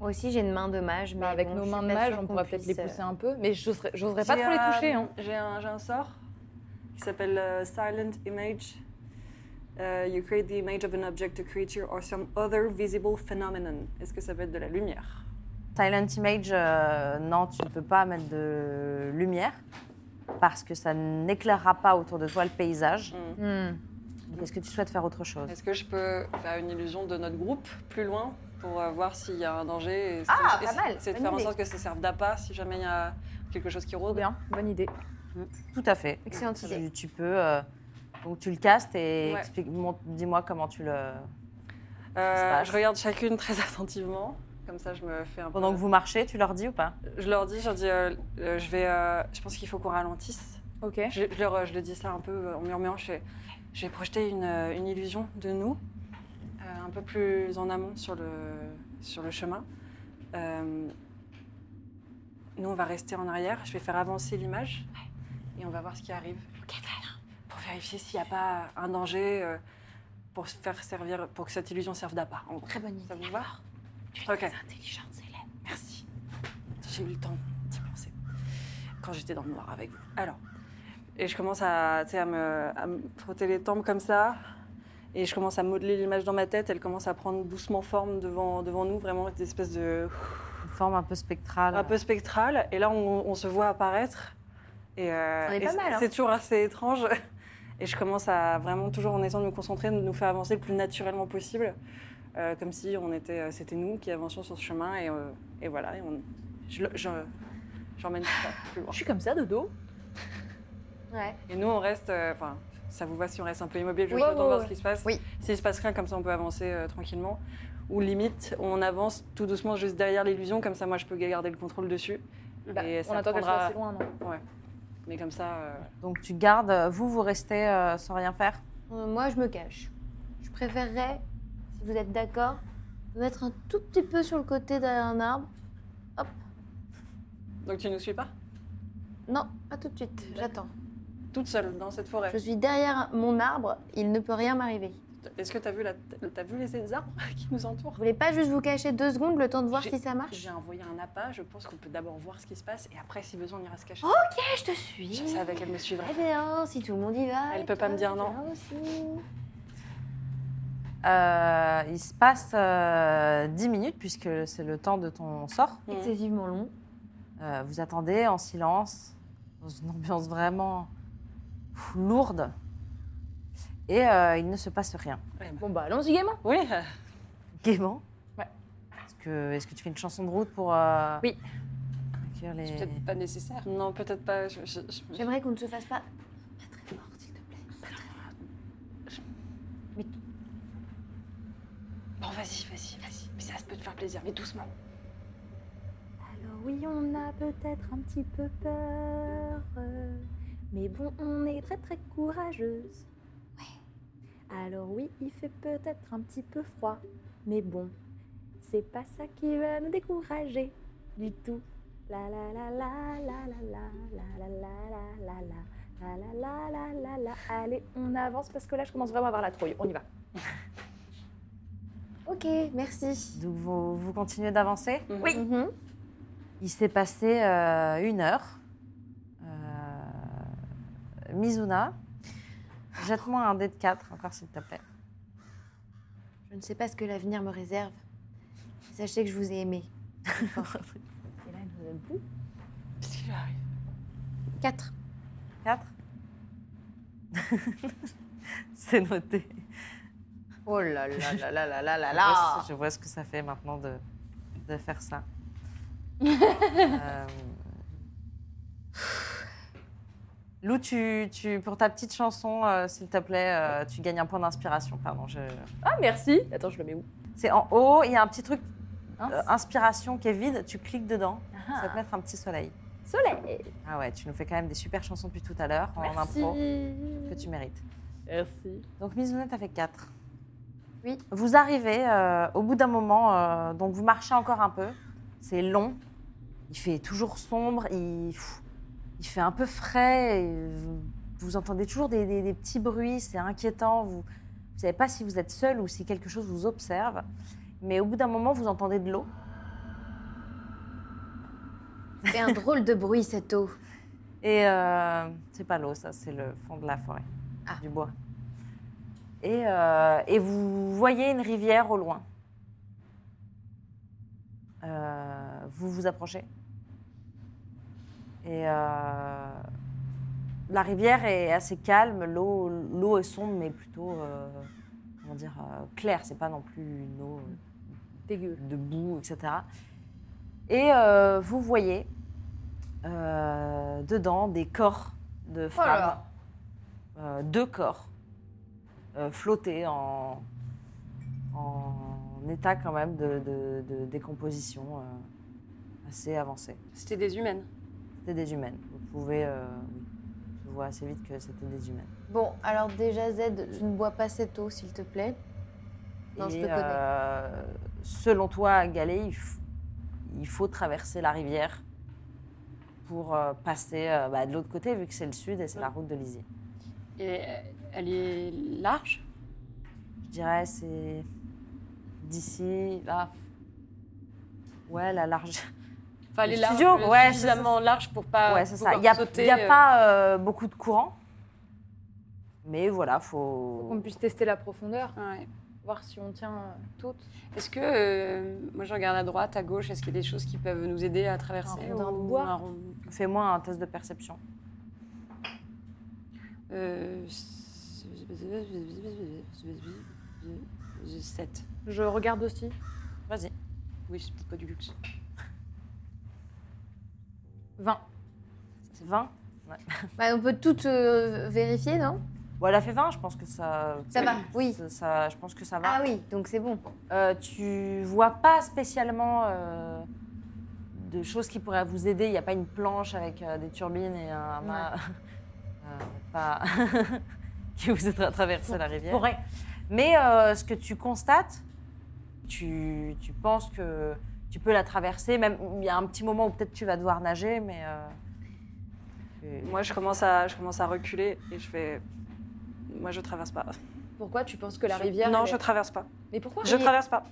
Moi aussi, j'ai une main de mage, mais Bah, Avec bon, nos je suis mains de pas mage, sûre on qu'on pourrait peut-être les puisse, euh, pousser un peu, mais je serais- j'oserais pas J'ai trop les un- toucher. hein. J'ai un, j'ai un sort qui s'appelle euh, Silent Image. Euh, you create the image of an object, a creature, or some other visible phenomenon. Est-ce que ça peut être de la lumière Silent Image, euh, non, tu ne peux pas mettre de lumière parce que ça n'éclairera pas autour de toi le paysage. Donc, Est-ce que tu souhaites faire autre chose Est-ce que je peux faire une illusion de notre groupe plus loin pour euh, voir s'il y a un danger et Ah, et pas mal, C'est de bonne faire en idée. sorte que ça serve d'appât si jamais il y a quelque chose qui rôde. Bien, bonne idée. Tout à fait. Excellente Tu- idée. Tu, peux. euh, donc tu le castes et Ouais. explique- mon- dis-moi comment tu le. Euh, Ça se passe. je regarde chacune très attentivement. Comme ça, je me fais un peu. Pendant que vous marchez, tu leur dis ou pas Je leur dis, je leur dis, euh, euh, je vais. euh, je pense qu'il faut qu'on ralentisse. Ok. Je, je leur, euh, je le dis ça un peu euh, en murmurant. Je, fais- je vais projeter une, euh, une illusion de nous, euh, un peu plus en amont sur le, sur le chemin. Euh, nous, on va rester en arrière. Je vais faire avancer l'image et on va voir ce qui arrive. Pour vérifier s'il n'y a pas un danger euh, pour, se faire servir, pour que cette illusion serve d'appât. en gros. Très bonne idée. Ça vous va Tu es Ok. très intelligente, Célène. Merci. J'ai eu le temps d'y penser quand j'étais dans le noir avec vous. Alors, et je commence à, tu sais, à, me, à me frotter les tempes comme ça. Et je commence à modeler l'image dans ma tête. Elle commence à prendre doucement forme devant, devant nous, vraiment une espèce de. Une forme un peu spectrale. un peu spectrale. Et là, on, on se voit apparaître. Et, euh, On est et pas c'est- mal, hein. C'est toujours assez étrange. Et je commence à vraiment, toujours en essayant de me concentrer, de nous faire avancer le plus naturellement possible. Euh, comme si on était, euh, c'était nous qui avancions sur ce chemin. Et, euh, et voilà, et on, je, le- je- j'emmène tout ça plus loin. Je suis comme ça, de dos. Ouais. Et nous, on reste. euh, Enfin, ça vous va si on reste un peu immobile juste Oui. le Ouais, temps de ouais, voir ouais. ce qui se passe Oui. S'il se passe rien, comme ça, on peut avancer euh, tranquillement. Ou limite, on avance tout doucement juste derrière l'illusion, comme ça, moi, je peux garder le contrôle dessus. Bah, Et on ça attend qu'elle soit prendra- assez loin, non Mais comme ça. euh, Donc tu gardes. Vous, vous restez euh, sans rien faire Euh, Moi, je me cache. Je préférerais, si vous êtes d'accord, me mettre un tout petit peu sur le côté derrière un arbre. Donc tu ne nous suis pas Non, pas tout de suite. J'attends. Toute seule dans cette forêt. Je suis derrière mon arbre. Il ne peut rien m'arriver. Est-ce que tu as vu, la... t'as vu les arbres qui nous Vous entourent voulez pas juste vous cacher deux secondes le temps de voir J'ai- si ça marche J'ai envoyé un appât, je pense qu'on peut d'abord voir ce qui se passe et après, si besoin, on ira se cacher. Ah, Je te suis. je savais qu'elle me suivrait. Très bien, si tout le monde y va. Elle et peut pas toi, me dire tu non. vas aussi. Euh, il se passe euh, 10 minutes, puisque c'est le temps de ton sort. Excessivement long. Euh, vous attendez en silence, dans une ambiance vraiment pff, lourde. Et euh, il ne se passe rien. Bon, bah, allons-y gaiement. Oui, Gaiement Ouais. Est-ce que, est-ce que tu fais une chanson de route pour. euh, Oui. accueillir les- c'est peut-être pas nécessaire. Non, peut-être pas. Je, je- je- J'aimerais qu'on ne se fasse pas. Pas très fort, s'il te plaît. Pas très fort. Bon, vas-y, vas-y, vas-y. Mais ça, ça peut te faire plaisir, mais doucement. Alors oui, on a peut-être un petit peu peur, euh, mais bon, on est très très courageuse. Ouais. Alors oui, il fait peut-être un petit peu froid, mais bon, c'est pas ça qui va nous décourager du tout. La la la la la la la la la la la la la la la la la la. Allez, on avance parce que là, je commence vraiment à avoir la trouille. On y va. Ok, merci. Mhm. Donc vous, vous continuez d'avancer Oui. Il s'est passé euh, une heure. Euh, Mizuna, jette-moi un dé de 4, encore s'il te plaît. Je ne sais pas ce que l'avenir me réserve. Sachez que je vous ai aimé. Et là, elle nous aime plus. Qu'est-ce qui lui arrive 4. 4 C'est noté. Oh là là là là là là là Je vois ce- Je vois ce que ça fait maintenant de, de faire ça. Euh, Lou, tu, tu- pour ta petite chanson, euh, s'il te plaît, euh, tu gagnes un point d'inspiration. Pardon, je... Ah, merci. Attends, je le mets où C'est en haut, il y a un petit truc Hein euh, inspiration qui est vide, tu cliques dedans, Ah. ça peut mettre un petit Ah, soleil. Soleil. Ah ouais, tu nous fais quand même des super chansons depuis tout à l'heure en impro que tu mérites. Merci. Donc Mizuna, t'as fait 4. Oui. Vous arrivez euh, au bout d'un moment, euh, donc vous marchez encore un peu. C'est long. Il fait toujours sombre. Il, pff, il fait un peu frais. et vous, vous entendez toujours des, des- des petits bruits. C'est inquiétant. Vous ne savez pas si vous êtes seul ou si quelque chose vous observe. Mais au bout d'un moment, vous entendez de l'eau. Fait un drôle de bruit cette eau. Et euh, c'est pas l'eau, ça, c'est le fond de la forêt, Ah. du bois. Et, euh, et vous voyez une rivière au loin. Euh, vous vous approchez. Et euh, la rivière est assez calme, l'eau l'eau est sombre, mais plutôt, euh, comment dire, euh, claire. C'est pas non plus une eau euh, Dégueu. debout, etc. Et euh, vous voyez euh, dedans des corps de Oh là femmes, là. euh, deux corps euh, flottés en, en état quand même de, de- de décomposition euh, assez avancé. C'était des humaines. C'était des humaines. Vous pouvez, euh, oui, je vois assez vite que c'était des humaines. Bon, alors déjà Z, je ne bois pas cette eau, s'il te plaît. Non, je te Et, connais. euh, selon toi, Galé, il, f- il faut traverser la rivière pour euh, passer euh, bah, de l'autre côté, vu que c'est le sud et c'est la route de l'Isier. Et euh, elle est large Je dirais c'est d'ici, là. Ouais, la large. Enfin, elle Le est large, studio, mais ouais, c'est suffisamment large pour Ah, pas ouais, c'est ça. pouvoir Il n'y a, sauter. il y a euh, pas euh, beaucoup de courant. Mais voilà, faut. Qu'on puisse tester la profondeur, ouais. voir si on tient euh, toutes. Est-ce que, euh, moi je regarde à droite, à gauche, est-ce qu'il y a des choses qui peuvent nous aider à traverser Un rondin de ou bois. un rond- Fais-moi un test de perception. Euh, c'est- 7. Je regarde aussi. Vas-y. Oui, c'est peut-être pas du luxe. 20. 20 Bah, on peut tout euh, vérifier, non Bon, elle a fait 20, je pense que ça. Ça va, oui. Ça, ça- je pense que ça va. Ah oui, donc c'est bon. Euh, tu vois pas spécialement euh, de choses qui pourraient vous aider. Il n'y a pas une planche avec euh, des turbines et un mât euh, pas qui vous aidera à traverser la rivière. Forêt. Mais euh, ce que tu constates, tu, tu penses que tu peux la traverser. Même il y a un petit moment où peut-être tu vas devoir nager, mais euh, tu- Moi, je commence, à, je commence à reculer et je fais. Moi, je traverse pas. Pourquoi tu penses que la rivière. Non, elle je est- traverse pas. Mais pourquoi Je Mais- traverse pas.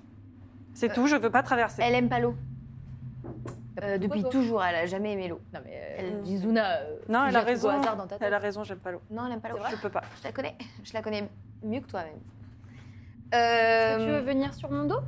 C'est Euh, tout, je veux pas traverser. Elle aime pas l'eau. Euh, Euh, Pourquoi, depuis toi toujours, elle a jamais aimé l'eau. Non, mais. euh, Elle- Mizuna. euh, Non, elle tu a gères tout raison. Au hasard dans ta tête. Elle a raison, j'aime pas l'eau. Non, elle aime pas l'eau. Je peux pas. Je la connais. Je la connais mieux que toi-même. Euh, Tu veux venir sur mon dos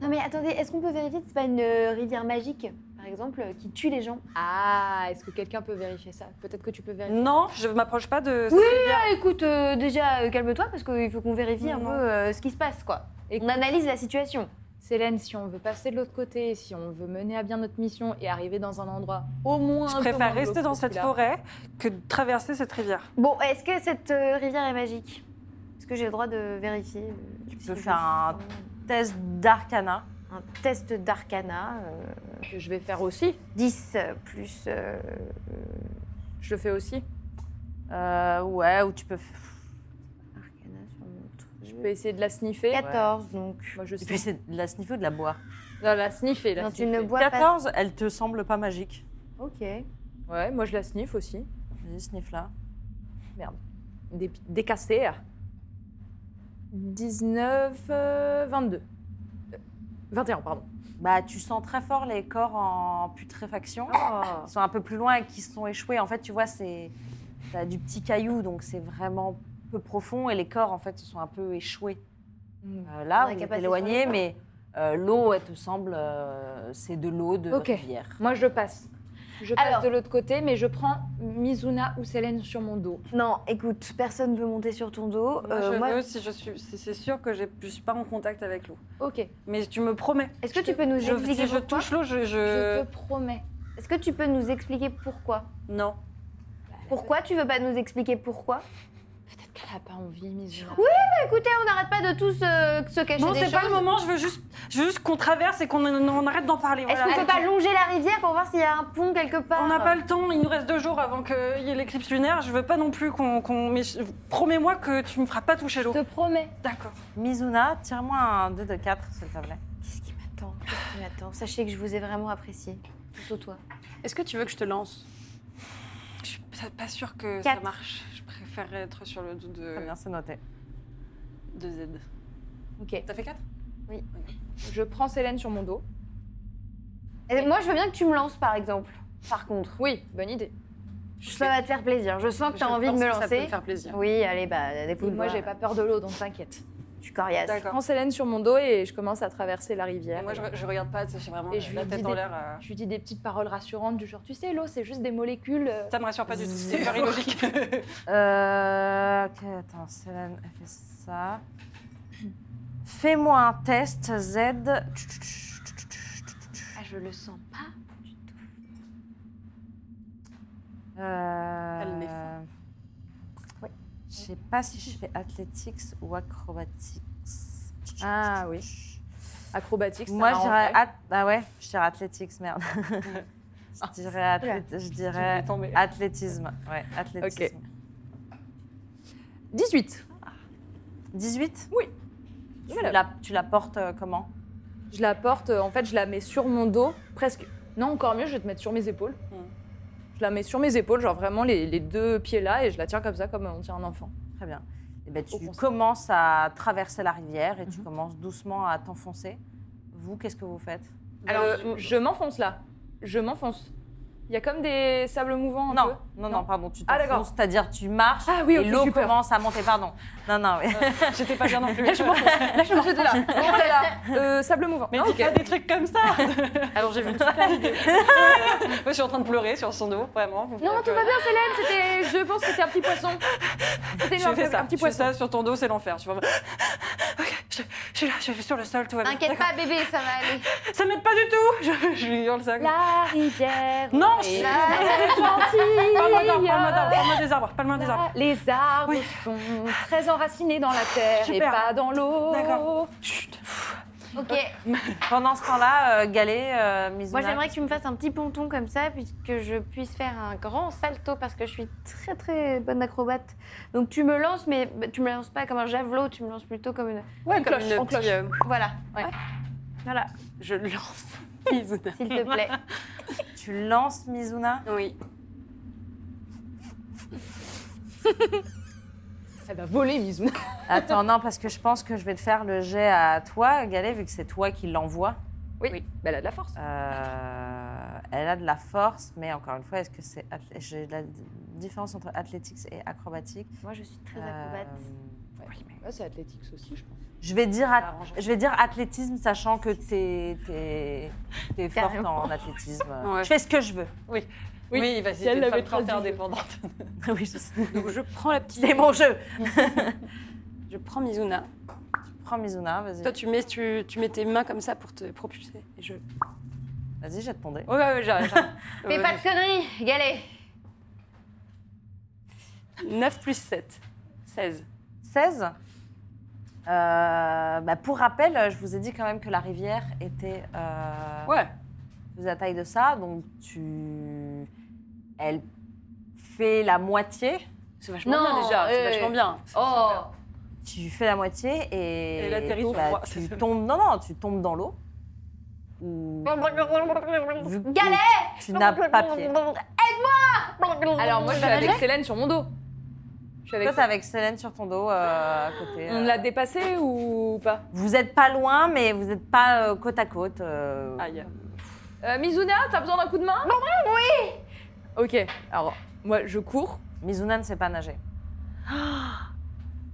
Non mais attendez, est-ce qu'on peut vérifier si c'est pas une euh, rivière magique, par exemple, euh, qui tue les gens Ah, est-ce que quelqu'un peut vérifier ça Peut-être que tu peux vérifier. Non, je m'approche pas de. Oui, Ah écoute, euh, déjà euh, calme-toi parce qu'il faut qu'on vérifie un peu euh, ce qui se passe quoi. Et- on analyse la situation. Célène, si on veut passer de l'autre côté, si on veut mener à bien notre mission et arriver dans un endroit au moins. Je un peu moins préfère rester glauque dans que cette celui-là. forêt que de traverser cette rivière. Bon, est-ce que cette euh, rivière est magique Est-ce que j'ai le droit de vérifier euh, Tu si peux je faire un sens test d'arcana. un test d'arcana euh, Que je vais faire aussi. 10 euh, plus euh, Je le fais aussi. Euh, ouais, ou tu peux. f- arcana sur mon truc. Je peux essayer de la sniffer. 14 donc. Moi, je Et puis sais. c'est de la sniffer ou de la boire Non, la sniffer, la Non, tu sniffer. ne bois pas. 14, elle te semble pas magique. Ok. Ouais, moi, je la sniffe aussi. Vas-y, sniff là. Des, des cassés. 19, euh, 22. Euh, 21, pardon. Bah, tu sens très fort les corps en putréfaction. Oh. Ils sont un peu plus loin et qui se sont échoués. En fait, tu vois, c'est t'as du petit caillou, donc c'est vraiment peu profond et les corps, en fait, se sont un peu échoués. Euh, là, On est vous êtes capable de éloigné, mais euh, l'eau, elle te semble, euh, c'est de l'eau de Ok. rivière. Moi, je passe. Je passe Alors- de l'autre côté, mais je prends Mizuna ou Célène sur mon dos. Non, écoute, personne ne veut monter sur ton dos. Moi, Euh, je moi- veux si je suis, si c'est sûr que j'ai- je suis pas en contact avec l'eau. Ok, Mais tu me promets. Est-ce que tu peux nous Je, expliquer si je pourquoi touche l'eau, je, je Euh. je- te promets. Est-ce que tu peux nous expliquer pourquoi non. Pourquoi tu veux pas nous expliquer pourquoi Peut-être qu'elle a pas envie, Mizuna. Écoutez, on n'arrête pas de tous euh, se cacher Non, des c'est choses. pas le moment. Je veux juste, je veux juste qu'on traverse et qu'on on arrête d'en parler. Est-ce voilà. qu'on peut pas longer la rivière pour voir s'il y a un pont quelque part On n'a pas le temps, il nous reste deux jours avant qu'il y ait l'éclipse lunaire. Je veux pas non plus qu'on. qu'on- mais je- promets-moi que tu me feras pas toucher l'eau. Je te promets. D'accord. Mizuna, tire-moi un 2 de 4, s'il te plaît. Qu'est-ce qui m'attend Qu'est-ce qui m'attend Sachez que je vous ai vraiment apprécié. Surtout toi. Est-ce que tu veux que je te lance Je suis pas- pas sûre que ça Quatre. marche. Je préférerais être sur le dos de, Très bien, c'est noté. de Z. Ok. T'as fait 4 Je prends Célène sur mon dos. Et moi, je veux bien que tu me lances, par exemple. Par contre, Oui, bonne idée. ça va te faire plaisir. Je sens que tu as envie de me Ça peut me lancer. faire plaisir. Oui, allez, bah, Et dépouille moi, j'ai pas peur de l'eau, donc t'inquiète. Je suis coriace. Je D'accord. prends Célène sur mon dos et je commence à traverser la rivière. Moi, je, re- je regarde pas, tu sais, j'ai vraiment Et je la lui tête dis en des- l'air. euh. Je lui dis des petites paroles rassurantes du genre, tu sais, l'eau, c'est juste des molécules. euh, Ça me rassure pas du tout. C'est hyper illogique. Euh, ok, attends, Célène, elle fait ça. Fais-moi un test Z. Ah, je le sens pas. Euh, Elle n'est ouais. Je sais pas si je fais athletics ou acrobatics. Ah oui. Acrobatiques, ça Moi, je m'arrangerait. dirais. ath- Ah ouais, je dirais athletics, merde. je dirais, Ah. athlé- je dirais tombé. athlétisme. Ouais, athlétisme. 18. 18 Oui. Tu Voilà. la, tu la portes euh, comment Je la porte, euh, en fait, je la mets sur mon dos, presque. Non, encore mieux, je vais te mettre sur mes épaules. Mm. Je la mets sur mes épaules, genre vraiment les, les deux pieds là, et je la tiens comme ça, comme on tient un enfant. Très bien. Eh ben, tu Au conseil. commences à traverser la rivière et tu Mhm. commences doucement à t'enfoncer. Vous, qu'est-ce que vous faites Alors, Euh, je, je m'enfonce là. Je m'enfonce. Il y a comme des sables mouvants un non, peu. non, non, Non. pardon, tu Ah, t'enfonces, d'accord. c'est-à-dire tu marches Ah oui, ok, et j'ai l'eau eu peur. commence à monter, pardon. Non, non, oui. J'étais pas bien non plus. Là, je m'enfonce. Là, je m'enfonce là. Là, là. Euh, sable mouvant. Mais Ah, dis ok. pas des trucs comme ça Alors j'ai vu une super vidéo. Moi je suis en train de pleurer sur son dos, vraiment. Non, tout va bien, Célène. C'était, je pense que c'était un petit poisson. C'était Je un, fais ça, un petit je fais poisson. ça sur ton dos, c'est l'enfer. Je, suis vraiment- Ok, je, je suis là, je suis sur le sol, tout va bien. T'inquiète pas, bébé, ça va aller. Ça m'aide pas du tout Je, je lui hurle ça. La rivière. Non, je... Parle-moi d'arbres, parle-moi d'arbres, gentille. parle-moi des arbres, parle-moi des arbres. Les arbres Oui. sont Ah. très enracinés dans la terre Super. et pas dans l'eau. D'accord. Chut. Ok, Pendant ce temps-là, euh, Galet, euh, Mizuna, moi j'aimerais que tu me fasses un petit ponton comme ça, puis que je puisse faire un grand salto parce que je suis très très bonne acrobate. Donc tu me lances, mais bah, tu me lances pas comme un javelot, tu me lances plutôt comme une. Ouais, Comme cloche, une en cloche. petite, euh, Voilà. Voilà, je lance Mizuna. s'il te plaît. tu lances Mizuna. Oui. Elle va voler, Mizou. Attends, non, parce que je pense que je vais te faire le jet à toi, Galet, vu que c'est toi qui l'envoie. Oui. Bah, elle a de la force. Euh, elle a de la force, mais encore une fois, est-ce que c'est. athlé- J'ai la différence entre athlétique et acrobatique. Moi je suis très acrobate. Euh, Là, c'est athlétique aussi, je pense. Je vais dire, ath- Ça arrange. je vais dire athlétisme, sachant que t'es es, forte Carrément. en athlétisme. Ouais. Je fais ce que je veux. Oui, vas-y, t'es elle l'avait femme forte et traduit. indépendante. oui, je sais. Donc je prends la petite. C'est mon jeu. Je prends Mizuna. Prends Mizuna, vas-y. Toi, tu mets, tu, tu mets tes mains comme ça pour te propulser. Et je. Ouais, Vas-y, jette ton dé. ouais, ouais, j'arrête. j'arrête. Fais Ouais, pas de conneries, galet. 9 plus 7. 16. 16. Euh, bah, pour rappel, je vous ai dit quand même que la rivière était. euh, Ouais. faisait la taille de ça, donc tu. Elle fait la moitié. C'est vachement Non, bien déjà. C'est euh, vachement bien. Oh, Tu fais la moitié et. Et là, t'atterris sous bah, froid. tu tombes. Non, non, tu tombes dans l'eau. Ou- Vu que galet. Tu n'as pas pied. Aide-moi. Bah, Alors, moi, je suis avec Célène sur mon dos. Je suis Toi, avec t'es avec Célène sur ton dos euh, à côté. On euh. l'a dépassé ou pas Vous êtes pas loin, mais vous n'êtes pas euh, côte à côte. euh. Aïe. euh, Mizuna, t'as besoin d'un coup de main Non, oui Ok, alors moi je cours. Mizuna ne sait pas nager.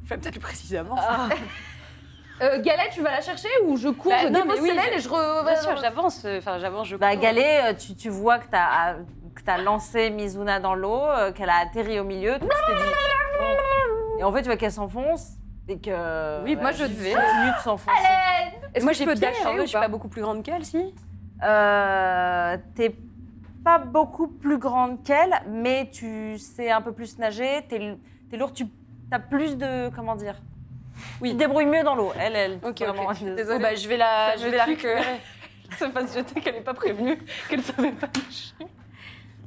Fais peut-être plus précisément. Euh, Galette, tu vas la chercher ou je cours, Bah, je non, dépose mais oui, Célène et je re... Bien sûr, j'avance. euh, Enfin, j'avance, je. Bah, cours. Galé, euh, tu, tu vois que t'as à- que t'as lancé Mizuna dans l'eau, euh, qu'elle a atterri au milieu. donc tu t'es dit, bon. Et en fait, tu vois qu'elle s'enfonce et que. bah, Oui, moi, elle je vais. Continue de s'enfoncer. Est-ce Moi, que j'ai je peux pied, dasher hein, ou Je suis pas pas beaucoup plus grande qu'elle, si. Euh, T'es pas beaucoup plus grande qu'elle, mais tu sais un peu plus nager. T'es l- t'es lourde, tu as plus de. Comment dire Oui. Tu te débrouilles mieux dans l'eau. Elle, elle. Ok, vraiment, ok. elle- Bon, bah, je vais la, je vais la récupérer. Ça me fasse jeter qu'elle n'est pas prévenue, qu'elle savait pas.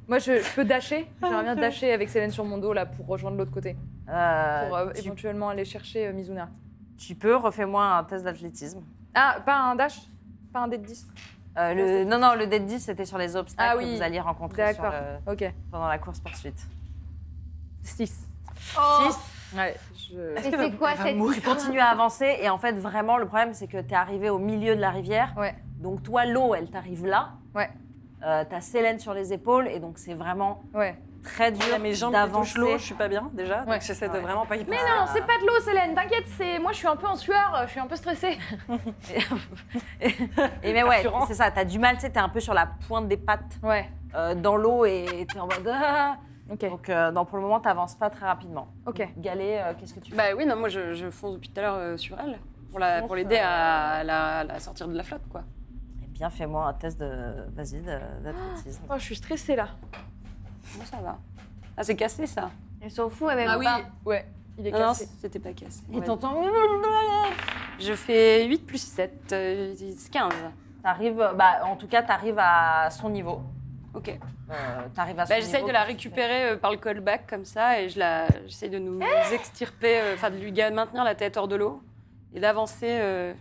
Moi je, je peux dasher. J'aimerais bien dasher avec Célène sur mon dos là pour rejoindre l'autre côté. Euh, Pour euh, tu, éventuellement aller chercher euh, Mizuna. tu peux, refais-moi un test d'athlétisme. Ah, pas un dash Pas un dé de 10 Euh, le- non, non, le dead 10, c'était sur les obstacles Ah oui. que vous alliez rencontrer sur D'accord. Ah. le- Ok. pendant la course poursuite. 6. Oh. Ouais, je... bah, Mais c'est quoi cette Tu continues à avancer et en fait, vraiment, le problème, c'est que tu es arrivé au milieu de la rivière. Ouais. Donc, toi, l'eau, elle t'arrive là. Ouais. Euh, T'as Célène sur les épaules et donc c'est vraiment Ouais. très dur Là, mes jambes qui touchent d'avancer. l'eau, je suis pas bien déjà. Ouais. Donc j'essaie Ouais. de vraiment pas y Mais penser. non, c'est pas de l'eau, Célène, t'inquiète, c'est... Moi, je suis un peu en sueur, je suis un peu stressée. Et mais ouais, Rassurant. c'est ça, t'as du mal, tu sais, t'es un peu sur la pointe des pattes Ouais, euh, dans l'eau et t'es en mode. ah. ok, Donc, euh, non, pour le moment, t'avances pas très rapidement. ok. Galet, euh, qu'est-ce que tu fais Bah oui, non, moi je, je fonce depuis tout à l'heure euh, sur elle pour la- Fonce, pour l'aider à la, la sortir de la flotte, quoi. Eh bien, fais-moi un test de. Vas-y, de- d'athlétisme. Oh, je suis stressée, là. Bon, ça va. Ah, c'est cassé ça. Elle s'en fout, elle même Ah oui. pas. Ouais, il est Non, non, cassé. c'était pas cassé. Et Ouais. t'entends. Je fais 8 plus euh, 7, 15. T'arrives, bah, en tout cas, t'arrives à son niveau. Ok. Euh, t'arrives à son Bah, j'essaye niveau. de la récupérer euh, par le callback comme ça et je la, j'essaye de nous extirper, euh, enfin de lui ga- maintenir la tête hors de l'eau et d'avancer euh,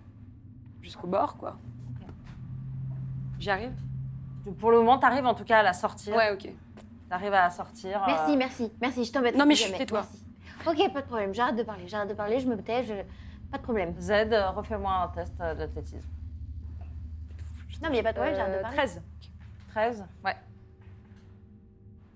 jusqu'au bord, quoi. J'y arrive Pour le moment, t'arrives en tout cas à la sortir. Ouais, ok. T'arrives à la sortir. euh, Merci, merci, merci, je t'embête. Non, mais jamais, chut, tais-toi. merci. Ok, pas de problème, j'arrête de parler, j'arrête de parler, je me tais, je... pas de problème. Z, euh, refais-moi un test euh, d'athlétisme. Non, mais y a pas de problème, j'arrête de Euh, parler. 13. 13 Ouais.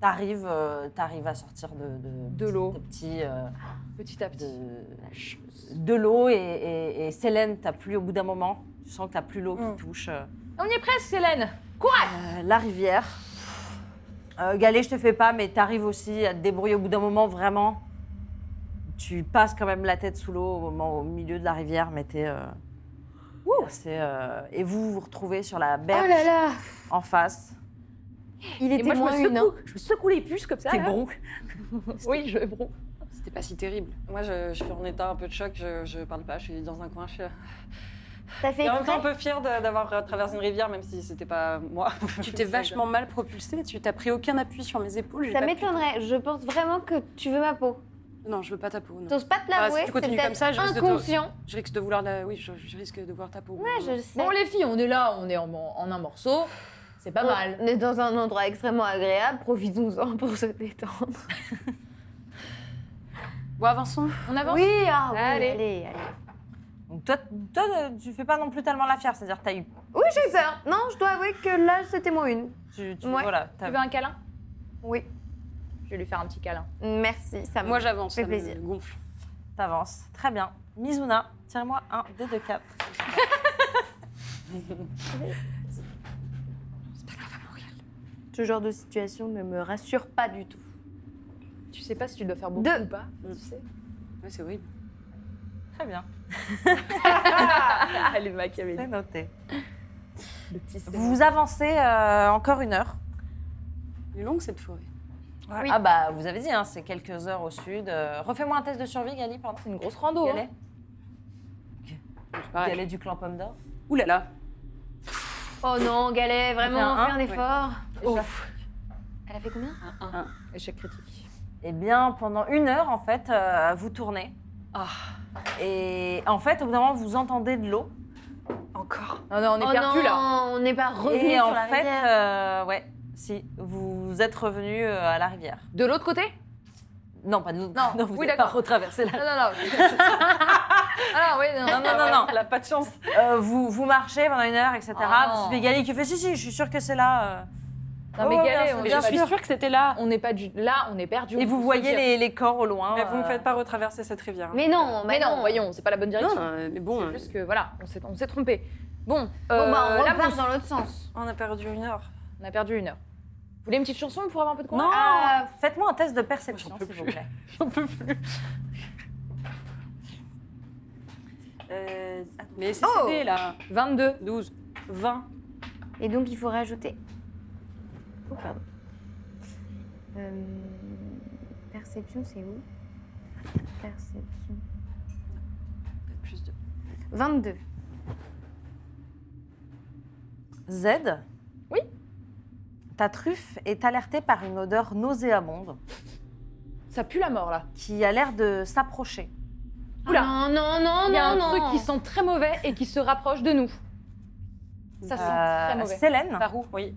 T'arrives, euh, t'arrives à sortir de, De l'eau. de petits, euh, Petit à petit. de, de l'eau et, et, et Célène, t'as plus au bout d'un moment. Tu sens que t'as plus l'eau Mm. qui touche. euh, On y est presque, Célène Euh, la rivière. Euh, Galet, je te fais pas, mais t'arrives aussi à te débrouiller au bout d'un moment, vraiment. Tu passes quand même la tête sous l'eau au, moment- au milieu de la rivière, mais t'es. euh, assez, euh, et vous vous retrouvez sur la berge Oh là là en face. Il Et moi, je me, secoue, je me secoue les puces comme ça. T'es là. bon. Oui, je bron. C'était pas si terrible. Moi, je, je suis en état un peu de choc, je, je parle pas, je suis dans un coin. Je suis T'as hein. fait Et en même temps un exprès peu fière de- d'avoir euh, traversé une rivière, même si c'était pas moi. Tu t'es vachement mal propulsée, tu t'as pris aucun appui sur mes épaules. j'ai Ça pas m'étonnerait, je pense vraiment que tu veux ma peau. pu- Non, je veux pas ta peau. non. T'oses pas te Ah, si l'avouer, tu c'est continues comme peut-être ça, je risque de te- inconscient. Je risque de vouloir la. Oui, je, je risque de voir ta peau. Ouais, je le sais. Bon, les filles, on est là, on est en, en un morceau. C'est pas mal. On est dans un endroit extrêmement agréable, profitons-en pour se détendre. Bon, avançons. On avance Oui, ah, oui, Allez. allez, allez. Donc toi, toi, euh, tu fais pas non plus tellement la fière, c'est-à-dire t'as eu. Oui, j'ai eu peur. Non, je dois avouer que là, c'était moins une. Tu, tu- Ouais. Eh ben, voilà, Tu t'as- veux un câlin Oui. Je vais lui faire un petit câlin. Merci, ça me... Moi, j'avance. Fait ça me plaisir. gonfle. T'avances. Très bien. Mizuna, tire-moi un dé de 4. Ce genre de situation ne me rassure pas du tout. Tu sais pas si tu dois faire beaucoup Deux. ou pas. Mm. Tu sais. Ouais, c'est horrible. Très bien. Ah, les Machiavelli. C'est noté. Le petit c'est- Vous avancez euh, encore une heure. Elle est longue cette forêt. Oui. Ah bah, vous avez dit, hein, c'est quelques heures au sud. Euh, Refais-moi un test de survie, Gali, pendant. C'est une grosse rando. Galet, hein. C'est pareil. Galet du clan Pomme d'Or. Ouh là là. Oh non, Galet, vraiment, Fais un fais un un, effort. Ouf. Elle a fait combien Échec critique. Eh bien, pendant une heure, en fait, euh, vous tournez. Ah. Et en fait, au bout d'un moment, vous entendez de l'eau. Encore. Non, non, on est oh perdu non, là. on n'est pas revenu Et sur en la fait, rivière. euh, ouais, si, vous êtes revenu euh, à la rivière. De l'autre côté Non, pas de l'autre. Non, vous oui, n'avez pas d'accord. retraversé la Non, non, non. ah non, oui, non. Non, non, non, non. Elle a pas de chance. Euh, vous, vous marchez pendant une heure, etc. Ah. Vous suivez Gali qui fait si, si, je suis sûre que c'est là. euh. Non, mais Oh, Galet, bien on sûr, est bien pas sûr. du- que c'était là. On n'est pas du. Là, on est perdu. Et on vous peut voyez se dire. les, les corps au loin. Mais vous me euh, faites pas retraverser cette rivière. hein. Mais non, Mais bah non, voyons, c'est pas la bonne Non, direction. euh, mais bon. Juste que voilà, on s'est, on s'est trompé. Bon, Bon, euh, bah, on là, repart on- dans l'autre sens. On a perdu une heure. on a perdu une heure. Vous voulez une petite chanson pour avoir un peu de courage Non Ah, Faites-moi un test de perception, J'en s'il peux vous plus. plaît. J'en peux plus. Euh, attends. Mais c'est Oh. cédé là. 22. 12. 20. Et donc, il faut rajouter. Oh, pardon. Euh, Perception, c'est où Perception. Plus de... 22. Z Oui Ta truffe est alertée par une odeur nauséabonde Ça pue la mort là. qui a l'air de s'approcher. Oula. Ah non, non, non, Il y a un non. truc qui sent très mauvais et qui se rapproche de nous. Ça sent Euh, Ah, très mauvais. Célène, Par où Oui.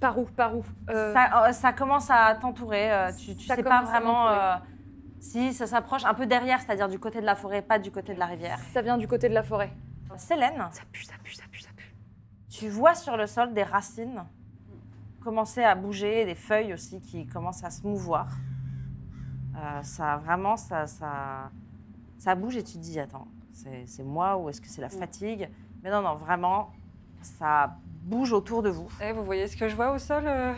Par où Par où Euh, ça, euh, ça commence à t'entourer. euh, tu tu Ça sais pas commence à vraiment m'entourer. euh, si ça s'approche un peu derrière, c'est-à-dire du côté de la forêt, pas du côté de la rivière. Ça vient du côté de la forêt. Célène, Ça pue, ça pue, ça pue, ça pue. tu vois sur le sol des racines commencer à bouger, des feuilles aussi qui commencent à se mouvoir. Euh, ça vraiment, ça, ça, ça bouge et tu te dis attends, c'est c'est moi ou est-ce que c'est la Mm. fatigue Mais non, non, vraiment, ça bouge autour de vous. Eh, vous voyez ce que je vois au sol euh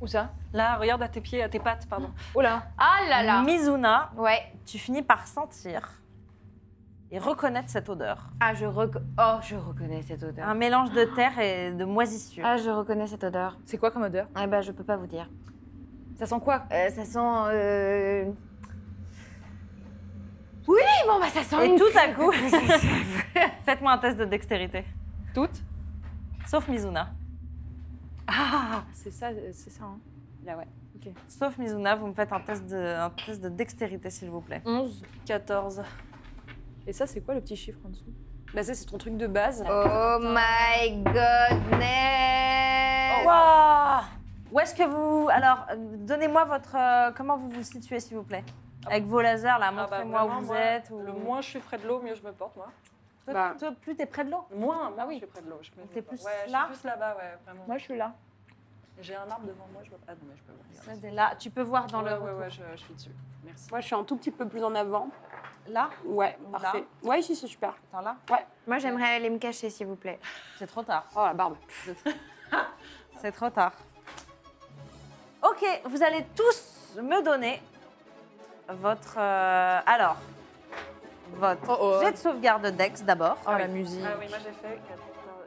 Où ça Là, regarde à tes pieds, à tes pattes, pardon. Oh là Ah là là. Mizuna, Ouais. tu finis par sentir et reconnaître cette odeur. Ah, je reconnais. Oh, je reconnais cette odeur. Un mélange de terre et de moisissure. Ah, je reconnais cette odeur. C'est quoi comme odeur Ah bah, je peux pas vous dire. Ça sent quoi Euh, ça sent. euh, Oui, bon bah ça sent. et une- tout à coup, faites-moi un test de dextérité. Toutes Sauf Mizuna. Ah. C'est ça, euh, c'est ça. hein. Là ouais. Sauf Mizuna, vous me faites un test de, un test de dextérité, s'il vous plaît. 11. 14. Et ça, c'est quoi le petit chiffre en dessous Bah ça c'est ton truc de base. Oh my Eh. godness. Oh, Waouh Où est-ce que vous... Alors, euh, donnez-moi votre... euh, comment vous vous situez, s'il vous plaît Avec vos lasers, là, Ah bah, montrez-moi vraiment, où vous moi, êtes. Ou... Le moins je suis près de l'eau, mieux je me porte, moi. Toi, Bah. toi, plus t'es près de l'eau. Moins, ah oui. je suis près de l'eau. Je me Donc, mets t'es pas. plus ouais, je suis là plus là-bas, ouais, vraiment. je suis là. J'ai un arbre devant moi, je vois pas. Ah non, mais je peux voir. Ouais, t'es là. Tu peux voir dans ouais, le... ouais, retour. ouais, je, je suis dessus. Merci. Moi je suis un tout petit peu plus en avant. Là Ouais, Là. parfait. Ouais, ici c'est super. Attends, là Moi j'aimerais aller me cacher s'il vous plaît. C'est trop tard. Oh la barbe. C'est trop tard. Ok, vous allez tous me donner votre... euh, alors, votre Oh, oh. jet de sauvegarde Dex d'abord. Oh, la musique. Ah oui, moi j'ai fait 14,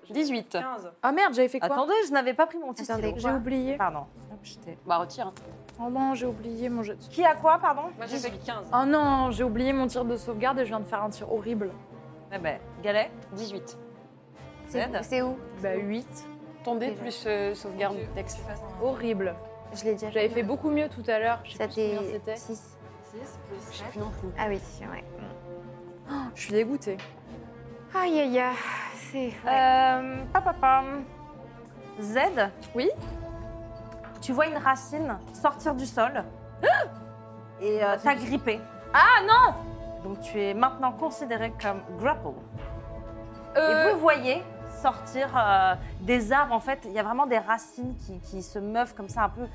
j'ai 18. 15. Ah merde, j'avais fait quoi Attendez, je n'avais pas pris mon petit Attendez, stylo. j'ai oublié. Pardon. Hop, je t'ai- Bah retire. hein. Oh non, j'ai oublié mon jeu. de- Qui a quoi, pardon Moi j'ai fait 15. Oh non, j'ai oublié mon tir de sauvegarde et je viens de faire un tir horrible. Eh ben, Galet, 18. C'est Z. c'est où Bah 8. Ton dé Déjà. plus euh, sauvegarde Dex. Horrible. Je l'ai déjà J'avais fait beaucoup mieux tout à l'heure. Je sais plus C'était combien c'était. 6. plus Je sais plus non plus. Ah oui, ouais. Je suis dégoûtée. Aïe aïe aïe. C'est. Euh, pam, pam, pam. Z. Oui. Tu vois une racine sortir du sol et euh, t'agripper. Ah non Donc tu es maintenant considéré comme grapple. Et vous voyez sortir euh, des arbres. En fait, il y a vraiment des racines qui, qui se meuvent comme ça un peu.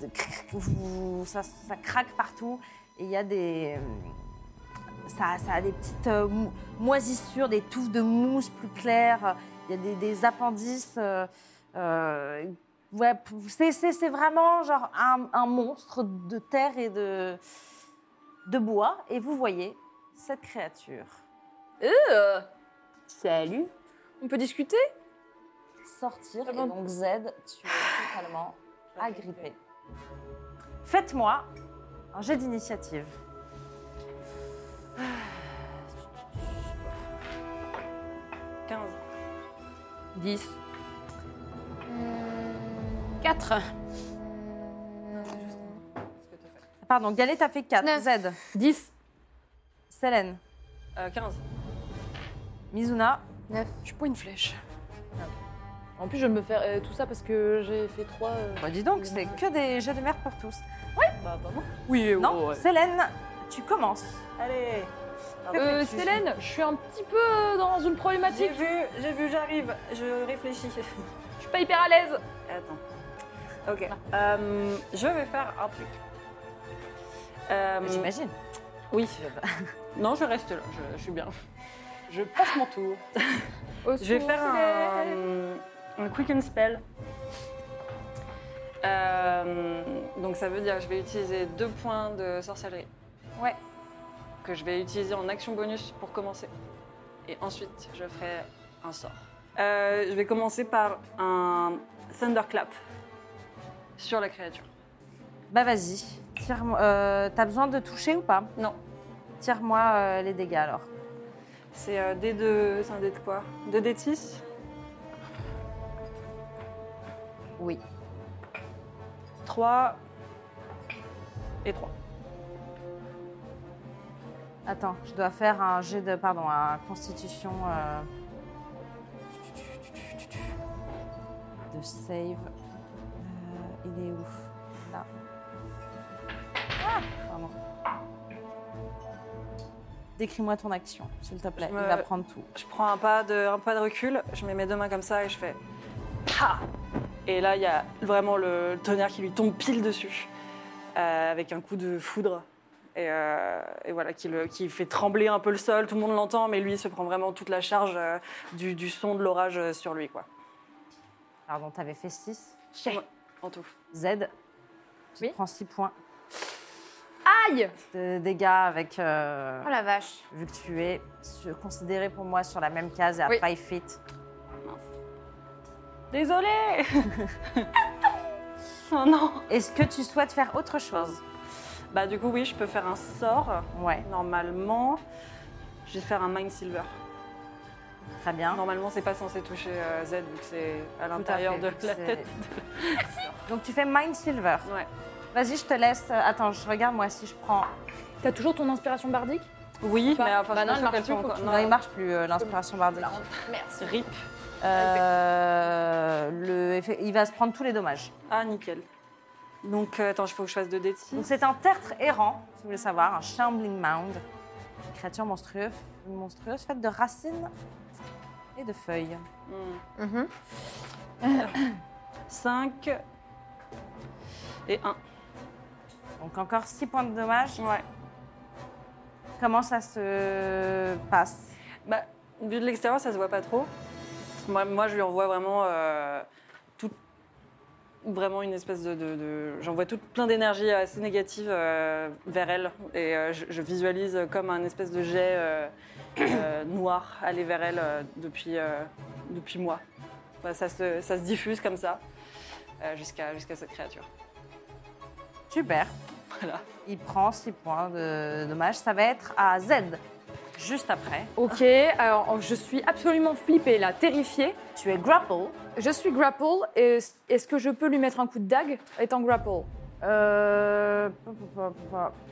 de- cric, vous- Ça, ça craque partout. Et il y a des. euh, Ça, ça a des petites euh, mou- moisissures, des touffes de mousse plus claires. Il y a des, des appendices. euh, euh, ouais, p- c'est- c'est c'est vraiment genre un, un monstre de terre et de, de bois. Et vous voyez cette créature Euh. Salut. On peut discuter sortir. Et donc Z, tu es totalement agrippé. Faites-moi un jet d'initiative. Pardon, Galet a fait 4. Neuf. Z. 10. Célène. Euh, 15. Mizuna. Je suis pas une flèche. En plus, je me fais euh, tout ça parce que j'ai fait trois. euh, Bah dis donc, c'est que des jets de merde pour tous. bah, bah, bon. Oui, Non, Célène, tu commences. Allez Ah, Euh, Célène, je suis un petit peu euh, dans une J'ai problématique. vu, j'ai vu, j'arrive. Je réfléchis. Je suis pas hyper à l'aise. Attends. Ok. Euh, je vais faire un truc. Euh, Ah, J'imagine. Oui. Non, je reste là. Je, je suis bien. Je passe mon tour. Au Je vais secours, faire Célène. un, un quicken spell. Euh, donc ça veut dire que je vais utiliser deux points de sorcellerie. Ouais. Que je vais utiliser en action bonus pour commencer. Et ensuite, je ferai un sort. Euh, je vais commencer par un thunderclap sur la créature. Bah vas-y. Tire-moi- euh, T'as besoin de toucher ou pas Non. Tire-moi euh, les dégâts alors. C'est euh, D2, c'est un dé de quoi 2 d de 6 Oui. 3 et 3. Attends, je dois faire un jet de. Pardon, un constitution. euh, De save. Euh, il est où Là. Ah, Pardon. Décris-moi ton action, s'il te plaît. Je Il me- va prendre tout. Je prends un pas, de, un pas de recul, je mets mes deux mains comme ça et je fais PA Et là, il y a vraiment le tonnerre qui lui tombe pile dessus, euh, avec un coup de foudre. Et, euh, et voilà, qui, le- qui fait trembler un peu le sol, tout le monde l'entend, mais lui il se prend vraiment toute la charge euh, du, du son de l'orage euh, sur lui, quoi. Pardon, t'avais fait 6. Ouais, En tout. Z. Tu Oui. prends 6 points Aïe de dégâts avec. euh, Oh la vache. Vu que tu es sur- considéré pour moi sur la même case et à 5 Oui. feet. Désolée Oh non Est-ce que tu souhaites faire autre chose Bah, du coup, oui, je peux faire un sort, Ouais, normalement. Je vais faire un Mind Silver. très bien. Normalement, c'est pas censé toucher euh, Z vu que c'est à l'intérieur de fait, la c'est- tête. Donc tu fais Mind Silver. Ouais. Vas-y, je te laisse. euh, Attends, je regarde moi si je prends. T'as toujours ton inspiration bardique Oui, Pas- mais euh, enfin, Bah je non, pense elle marche qu'elles plus, sont faut encore- que Non, il marche plus euh, l'inspiration bardique. Rip. Euh, le effet- il va se prendre tous les dommages. Ah, nickel. Donc, euh, attends, il faut que je fasse 2 d de six. Donc c'est un tertre errant, si vous voulez savoir, un shambling mound, Une créature monstrueuse, monstrueuse faite de racines et de feuilles. Mm. Mhm. 5 et 1. Donc encore 6 points de dommages. Ouais. Comment ça se passe Bah, vu de l'extérieur, ça se voit pas trop. Moi, moi je lui envoie vraiment euh, tout, vraiment une espèce de, de, de- j'envoie tout plein d'énergie assez négative euh, vers elle et euh, je, je visualise comme un espèce de jet euh, euh, noir aller vers elle euh, depuis euh, depuis moi. Bah, ça se ça se diffuse comme ça euh, jusqu'à jusqu'à cette créature. Super. Voilà. Il prend 6 points de dommage. Ça va être à Z. juste après. Ok, alors oh, je suis absolument flippée là, terrifiée. Tu es grapple. Je suis grapple. et Est-ce que je peux lui mettre un coup de dague étant grapple Euh,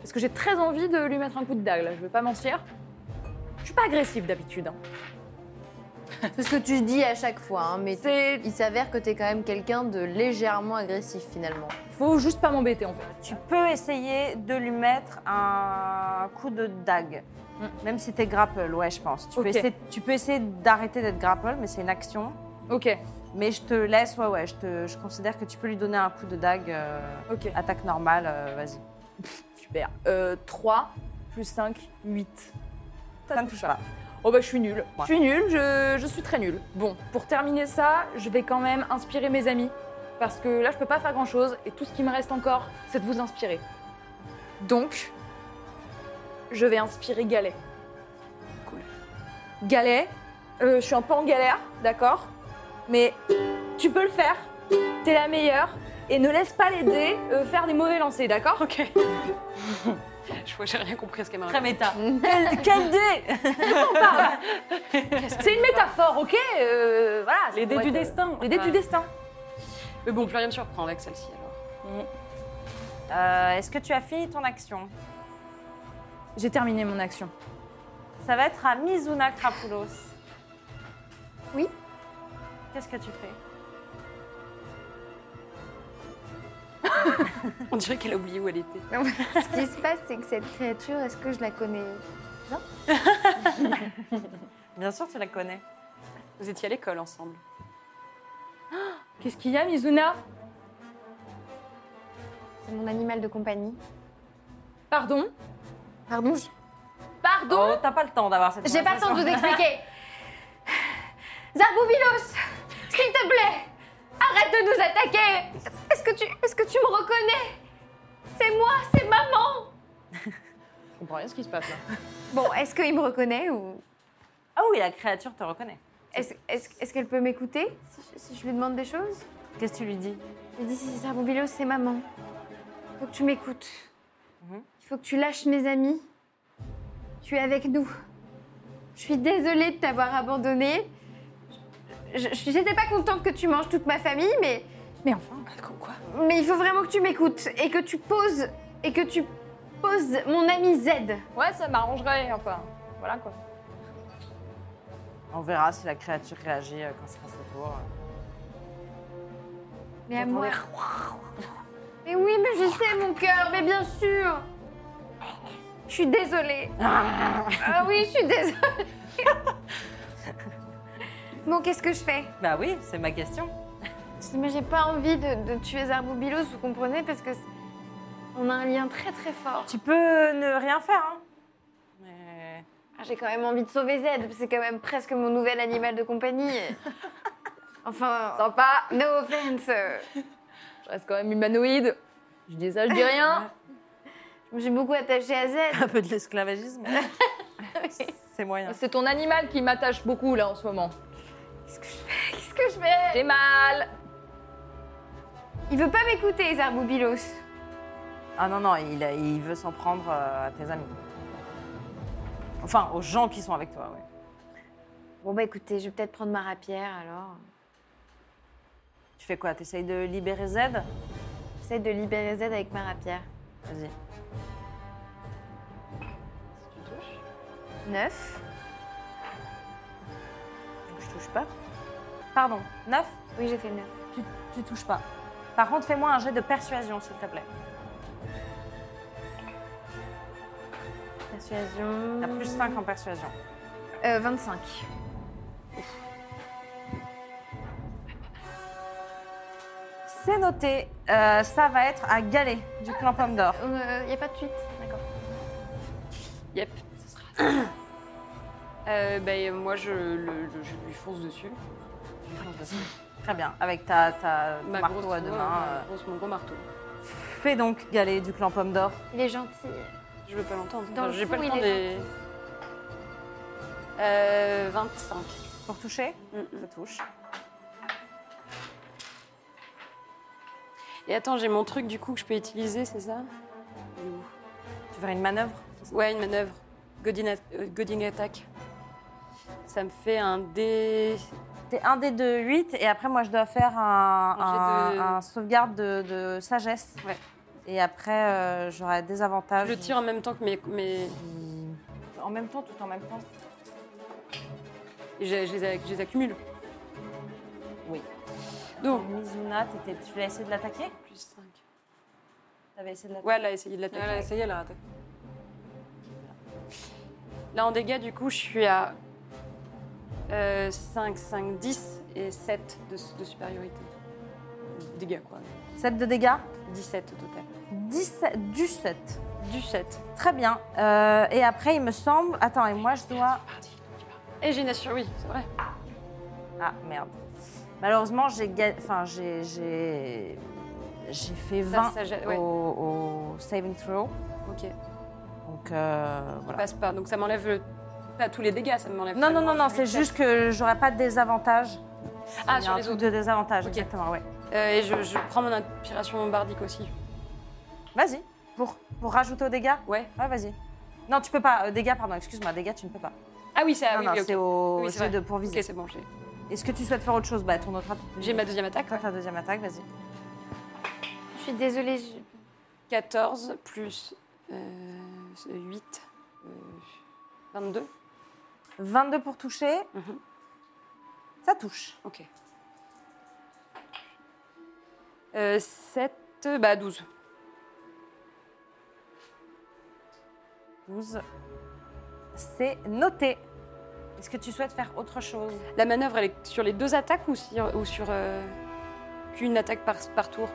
Parce que j'ai très envie de lui mettre un coup de dague là, je vais pas mentir. Je suis pas agressive d'habitude. hein. C'est ce que tu dis à chaque fois, hein, mais il s'avère que t'es quand même quelqu'un de légèrement agressif finalement. Faut juste pas m'embêter en fait. Tu peux essayer de lui mettre un coup de dague. Même si t'es grapple, ouais, je pense. Tu, Ok. peux, essayer, tu peux essayer d'arrêter d'être grapple, mais c'est une action. Ok, Mais je te laisse, ouais, ouais, je, te, je considère que tu peux lui donner un coup de dague. euh, ok, attaque normale, euh, vas-y. super. Euh, 3 plus 5, 8. Ça ne touche pas. Oh bah je suis nulle. Ouais. Je suis nulle, je, je suis très nulle. Bon, pour terminer ça, je vais quand même inspirer mes amis. Parce que là, je peux pas faire grand chose. Et tout ce qui me reste encore, c'est de vous inspirer. Donc, je vais inspirer Galet. Cool. Galet, euh, je suis un peu en galère, d'accord Mais tu peux le faire. T'es la meilleure. Et ne laisse pas les dés euh, faire des mauvais lancers, d'accord Ok. Je vois, j'ai rien compris à ce qu'elle m'a Très méta. Quel, quel dé On parle. C'est une métaphore, ok Euh, Voilà. Les dés Ouais, du euh, destin. Les dés du destin. Mais bon, plus rien me surprend avec celle-ci alors. Euh, Est-ce que tu as fini ton action J'ai terminé mon action. Ça va être à Mizuna Krapoulos. Oui. Qu'est-ce que tu fais On dirait qu'elle a oublié où elle était. Ce qui se passe, c'est que cette créature, est-ce que je la connais Bien sûr, tu la connais. Vous étiez à l'école ensemble. Qu'est-ce qu'il y a, Mizuna C'est mon animal de compagnie. Pardon Pardon, je- Pardon Oh, t'as pas le temps d'avoir cette j'ai pas le temps de vous expliquer. Zarboubilos, s'il te plaît, arrête de nous attaquer. Est-ce que tu, est-ce que tu me reconnais C'est moi, c'est maman. Je comprends rien ce qui se passe là. Bon, est-ce qu'il me reconnaît ou Ah oui, la créature te reconnaît. est-ce, est-ce- est-ce qu'elle peut m'écouter si je- si je lui demande des choses Qu'est-ce que tu lui dis Je lui dis, si c'est Zarboubilos, c'est maman. Il faut que tu m'écoutes. Il faut que tu lâches mes amis. Tu es avec nous. Je suis désolée de t'avoir abandonnée. Je- je- J'étais pas contente que tu manges toute ma famille, mais, Mais enfin. mais il faut vraiment que tu m'écoutes et que tu poses et que tu poses mon ami Z. Ouais, ça m'arrangerait, enfin. Voilà quoi. On verra si la créature réagit euh, quand ça sera son tour. Mais à moi. Mais oui, mais je sais mon cœur, mais bien sûr. Je suis désolée. Ah oui, je suis désolée. Bon, qu'est-ce que je fais Bah oui, c'est ma question. Moi, j'ai pas envie de, de tuer Zarboubilos, vous comprenez, parce que c'est- on a un lien très très fort. Tu peux ne rien faire, hein Mais- Ah, J'ai quand même envie de sauver Z, c'est quand même presque mon nouvel animal de compagnie. Enfin, sympa. No offense. Je reste quand même humanoïde. Je dis ça, je dis rien. Je me suis beaucoup attachée à Z. Un peu de l'esclavagisme. c'est moyen. C'est ton animal qui m'attache beaucoup là en ce moment. Qu'est-ce que je fais Qu'est-ce que je fais J'ai mal Il veut pas m'écouter, Zarboubilos. Ah non, non, il, il veut s'en prendre euh, à tes amis. Enfin, aux gens qui sont avec toi, ouais. Bon, bah écoutez, je vais peut-être prendre ma rapière alors. Tu fais quoi T'essayes de libérer Z J'essaie de libérer Z avec ma rapière. Vas-y. 9. Je touche pas. Pardon, 9 Oui, j'ai fait 9. Tu touches pas. Par contre, fais-moi un jet de persuasion, s'il te plaît. Persuasion. T'as plus 5 en persuasion. Euh, 25. C'est noté. Euh, ça va être à Galet, du clan Pomme d'Or. Il n'y Euh, a pas de suite. D'accord. Yep, ce sera ça. Euh, ben, moi, je, le- le- je lui fonce dessus. Très bien, avec ta, ta ton marteau à deux mains. ouais, ma euh. grosse- mon gros marteau. Fais donc Galet du clan Pomme d'Or. Il est gentil. Je veux pas l'entendre. Dans le j'ai pas fond, le il temps est des. Euh, 25. Pour toucher Mm, mm. Ça touche. Et attends, j'ai mon truc du coup que je peux utiliser, c'est ça Il est où Tu verrais une manœuvre Ouais, une manœuvre. Godin, at- euh, Godin Attack. Ça me fait un dé. C'est un des deux, 8, et après, moi, je dois faire un, Un un- jet de- un sauvegarde de, de sagesse. Ouais. Et après, euh, j'aurai des avantages. Je le tire en même temps que mes. mes... En même temps, tout en même temps. et Je, je les, ac- je les accumule. Oui. Donc. Mizuna, t'étais- tu l'as essayé de l'attaquer Plus 5. T'avais essayé de l'attaquer Ouais, elle a essayé de l'attaquer. Elle a essayé, elle a raté. Là, en dégâts, du coup, je suis à euh, 5, 5, 10 et 7 de, de supériorité. Dégâts, quoi. 7 de dégâts 17 au total. 17, du 7. Du 7. Très bien. Euh, et après, il me semble. Attends, et moi, je dois. Et j'ai une assure, oui, c'est vrai. Ah, merde. Malheureusement, j'ai. ga- Enfin, j'ai. J'ai j'ai fait Ça, 20 ça, j'ai- ouais. au, au saving throw. Ok. Il Donc, euh, voilà. passe pas, donc ça m'enlève le- pas tous les dégâts, ça m'enlève. Non, non, seulement non, non, celui c'est de juste que j'aurais pas de désavantage. sept. Ah, Il y a sur un les truc autres. de désavantage, Ok. exactement, ouais. Euh, et je, je prends mon inspiration bardique aussi. Vas-y, pour, pour rajouter aux dégâts Ouais. Ouais, vas-y. Non, tu peux pas. euh, dégâts, pardon, excuse-moi, dégâts, tu ne peux pas. Ah oui, ça, non, oui, non, oui, ok. c'est au. Oui, c'est c'est vrai. de pour viser. Ok, c'est bon, j'ai Est-ce que tu souhaites faire autre chose Bah, ton autre attaque. j'ai ma Mhm. deuxième attaque. Toi, ta deuxième attaque, vas-y. Je suis désolée. je- 14 plus euh, 8, 22. 22 pour toucher. Mhm. Ça touche. Ok. 7, Euh, bah 12. 12. C'est noté. Est-ce que tu souhaites faire autre chose La manœuvre, elle est sur les deux attaques ou sur, ou sur euh, qu'une attaque par, par tour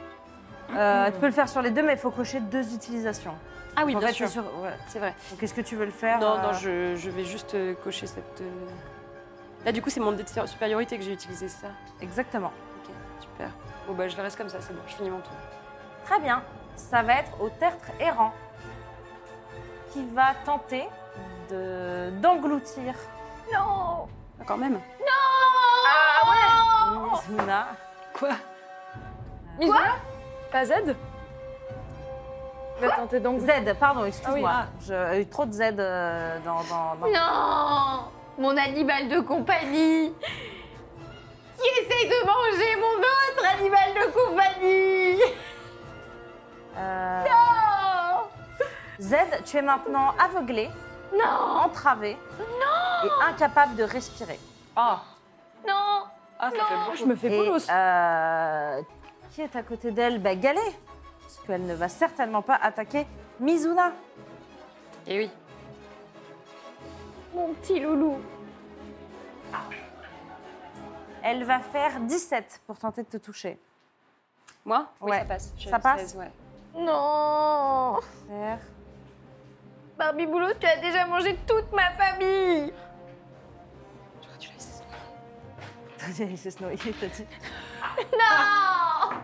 Euh, Tu peux le faire sur les deux, mais il faut cocher deux utilisations. Ah oui, En bien fait, sûr. c'est sur- ouais. C'est vrai. Donc, est-ce que tu veux le faire Non, non, euh, je, je vais juste euh, cocher cette. euh, Là, du coup, c'est mon dé de sur- supériorité que j'ai utilisé, c'est ça. Exactement. Ok, super. Bon, bah, je le reste comme ça, c'est bon, je finis mon tour. Très bien. Ça va être au tertre errant qui va tenter de- d'engloutir Ah, Quand même Mizuna. Pas Z Va tenter Oh donc. Z, pardon, excuse-moi. Ah J'ai eu trop de Z euh, dans, dans- dans- Non Mon animal de compagnie Qui essaye de manger mon autre animal de compagnie Euh, Oh Z, tu es maintenant aveuglé, Non entravé et incapable de respirer. Non Ah, ça fait beaucoup. Je me fais Et, bolos. euh, qui est à côté d'elle ben, Galé, parce qu'elle ne va certainement pas attaquer Mizuna. Et Eh oui. Mon petit loulou Elle va faire 17 pour tenter de te toucher. Moi Oui, Ouais. ça passe. J'ai Ça passe 16, ouais. Non Faire- Barbie Boulot, tu as déjà mangé toute ma famille J'aurais dû la laisser se Il s'est snoyé, t'as dit. Non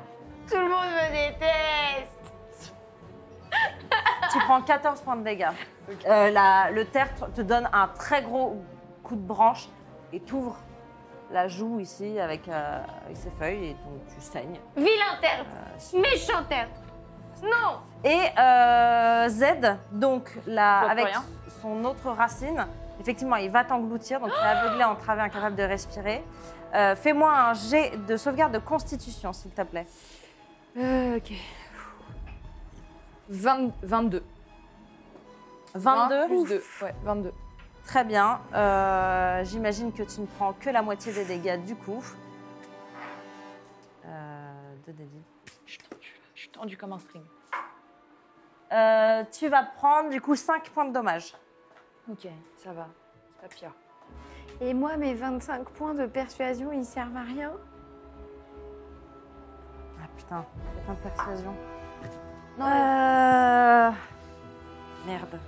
Tout le monde me déteste Tu prends 14 points de dégâts. Euh, la- le tertre te donne un très gros coup de branche et t'ouvre la joue ici avec, euh, avec ses feuilles et donc tu saignes. Vilain tertre Méchant tertre Non Et euh, Z, donc la, Je vois plus avec rien. son autre racine, effectivement, il va t'engloutir, donc tu es aveuglé, entravé, incapable de respirer. Euh, Fais-moi un jet de sauvegarde de constitution, s'il te plaît. Euh, ok. 20 22. 22 20 plus 2. Ouais, 22. Très bien. Euh, J'imagine que tu ne prends que la moitié des dégâts du coup. Euh, de David. Je suis tendue comme un string. Euh, tu vas prendre du coup 5 points de dommage. Ok, ça va. C'est pas pire. Et moi, mes 25 points de persuasion, ils servent à rien Ah putain, point de persuasion. Non, Ah. Euh... Merde.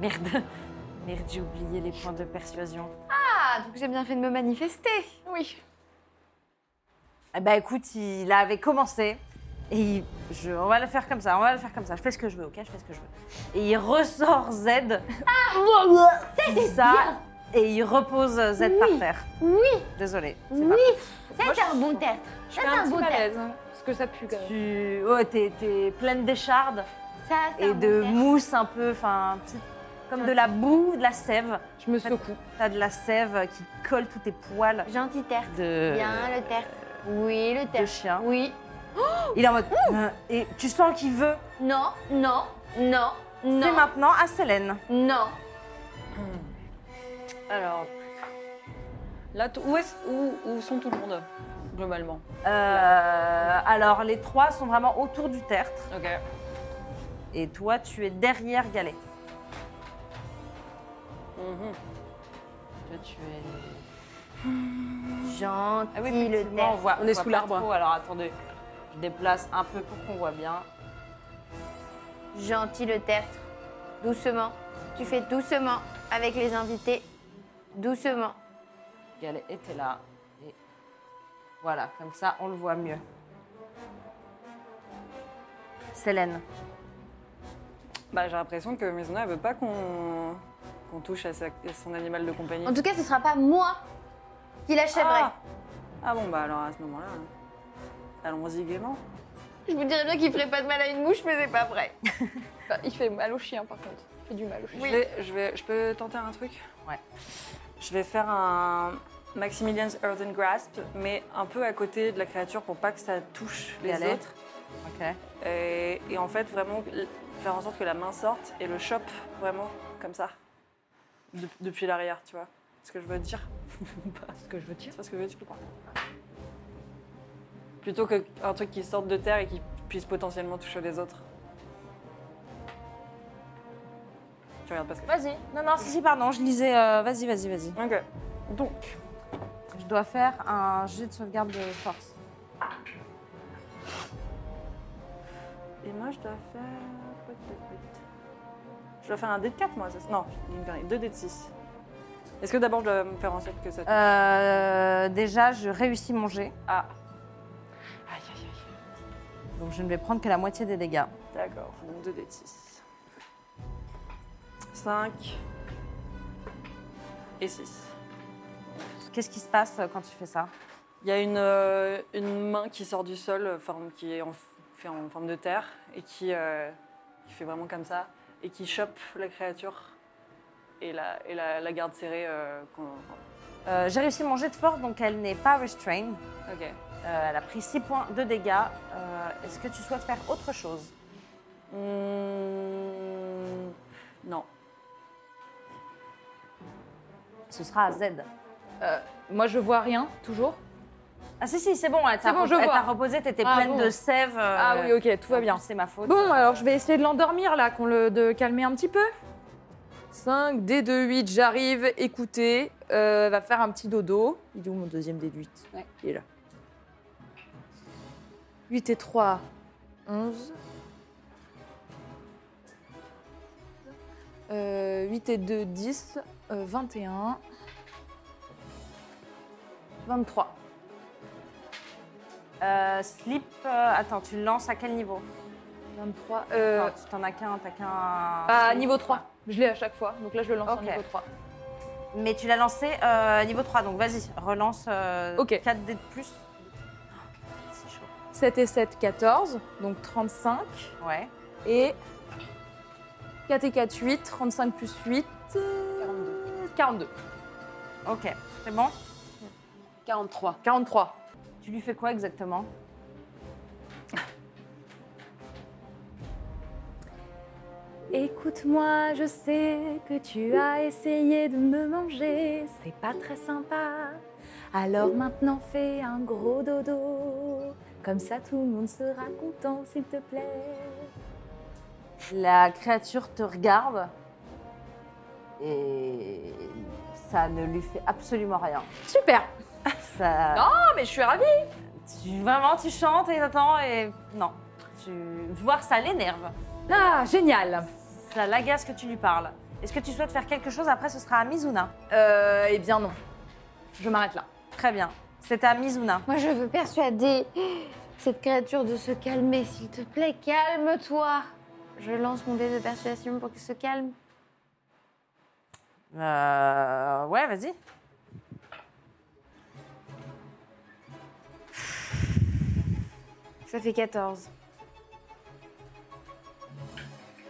Merde. Merde, j'ai oublié les points de persuasion. Ah, donc j'ai bien fait de me manifester Oui Eh ben écoute, il avait commencé. Et il- je, on va le faire comme ça, on va le faire comme ça. Je fais ce que je veux, ok Je fais ce que je veux. Et il ressort Z. ça, Et il repose Z par terre. Oui Désolée. c'est Oui pas- C'est un bon tertre je suis c'est un un petit beau mal à l'aise, hein, parce que ça pue quand même. Tu, ouais, t'es, t'es pleine d'échardes Ça, c'est et un bon de tertre. mousse un peu, enfin, petite comme de la boue, de la sève. Je me secoue. T'as de la sève qui colle tous tes poils Gentil tertre. de, Bien, le tertre. Oui, le de tertre. chien. Oui. Il est en mode. Euh, Et tu sens qu'il veut. Non, non, non, C'est non, maintenant à Célène. non. Alors. Là, t- où, est où, où sont tout le monde, globalement Euh, alors, les trois sont vraiment autour du tertre. Ok. Et toi, tu es derrière Galet. Mhm. Là, tu es. Gentil, Ah oui, le effectivement, on, tertre. voit, On on est voit sous pas l'arbre. trop. Alors attendez, je déplace un peu pour qu'on voit bien. Gentil, le tertre. Doucement. Tu fais doucement avec les invités. Doucement. Galet était là. Et voilà, comme ça, on le voit mieux. Célène. Bah, j'ai l'impression que Mizuna, elle veut pas qu'on qu'on touche à, sa- à son animal de compagnie. En tout cas, ce sera pas moi qui l'achèverai. Ah Ah bon, bah alors à ce moment-là, hein. allons-y gaiement. Je vous dirais bien qu'il ferait pas de mal à une mouche, mais c'est pas vrai. Bah, il fait mal au chien, par contre. Il fait du mal au chien. Je, vais, je, vais- je peux tenter un truc Ouais. Je vais faire un Maximilian's Earthen Grasp, mais un peu à côté de la créature pour pas que ça touche les Galette. autres. Ok. Et, et en fait, vraiment l- faire en sorte que la main sorte et le chope vraiment comme ça, de- depuis l'arrière, tu vois. Ce que je veux dire. pas ce que je veux dire. Pas ce que je veux dire. Plutôt qu'un truc qui sorte de terre et qui puisse potentiellement toucher les autres. Tu regardes pas ce que Vas-y. Non, non, si, si, pardon, je lisais. euh, vas-y, vas-y, vas-y. Ok. Donc, je dois faire un jet de sauvegarde de force. Et moi, je dois faire. Je dois faire un dé de 4, moi, c'est ça Non, je dis une connerie. Deux dés de 6. Est-ce que d'abord je dois me faire en sorte que ça. Euh, déjà, je réussis mon jet. Ah, Aïe, aïe, aïe. Donc, je ne vais prendre que la moitié des dégâts. d'accord. Donc 2 dés de 6. 5. Et 6. Qu'est-ce qui se passe euh, quand tu fais ça Il y a une, euh, une main qui sort du sol, euh, forme, qui est en, fait en forme de terre, et qui, euh, qui fait vraiment comme ça, et qui chope la créature et la, et la, la garde serrée. euh, qu'on- Euh, J'ai réussi mon jet de force, donc elle n'est pas restrained. Ok. Euh, elle a pris 6 points de dégâts. Euh, Est-ce que tu souhaites faire autre chose Mmh, Non. Ce sera à Z. Moi, je vois rien, toujours. Ah si, si, c'est bon, elle t'a C'est bon, je elle vois. t'a reposé, t'étais Ah, pleine bon. de sève. euh, Ah oui, ok, tout va bien. C'est ma faute. Bon, alors je vais essayer de l'endormir là, qu'on le de calmer un petit peu. 5, D2, 8, j'arrive, écoutez, euh, va faire un petit dodo. Il est où mon deuxième D8 Ouais. Il est là. 8 et 3, 11. 8 Euh, et 2, 10, euh, 21, 23. Euh, slip, euh, attends, tu le lances à quel niveau 23, euh, Non, tu t'en as qu'un, t'as qu'un... à slip. Ah, niveau 3. Je l'ai à chaque fois, donc là je le lance Ok. à niveau 3. Mais tu l'as lancé euh, niveau 3, donc vas-y, relance euh, Ok. 4 dés de plus. Oh, C'est chaud. 7 et 7, 14, donc 35. Ouais. Et 4 et 4, 8, 35 plus 8, euh, 42. Ok, c'est bon 43. 43. Tu lui fais quoi exactement Écoute-moi, je sais que tu as essayé de me manger, c'est pas très sympa. Alors maintenant fais un gros dodo, comme ça tout le monde sera content s'il te plaît. La créature te regarde et ça ne lui fait absolument rien. Super Ça... Non, mais je suis ravie Tu, vraiment, tu chantes et t'attends et non. Tu... Voir ça l'énerve. Ah, génial Ça l'agace que tu lui parles. Est-ce que tu souhaites faire quelque chose après Ce sera à Mizuna. euh, Eh bien non, je m'arrête là. Très bien. C'était à Mizuna. Moi, je veux persuader cette créature de se calmer, s'il te plaît. Calme-toi. Je lance mon dé de persuasion pour qu'elle se calme. Euh... Ouais, vas-y. Ça fait 14.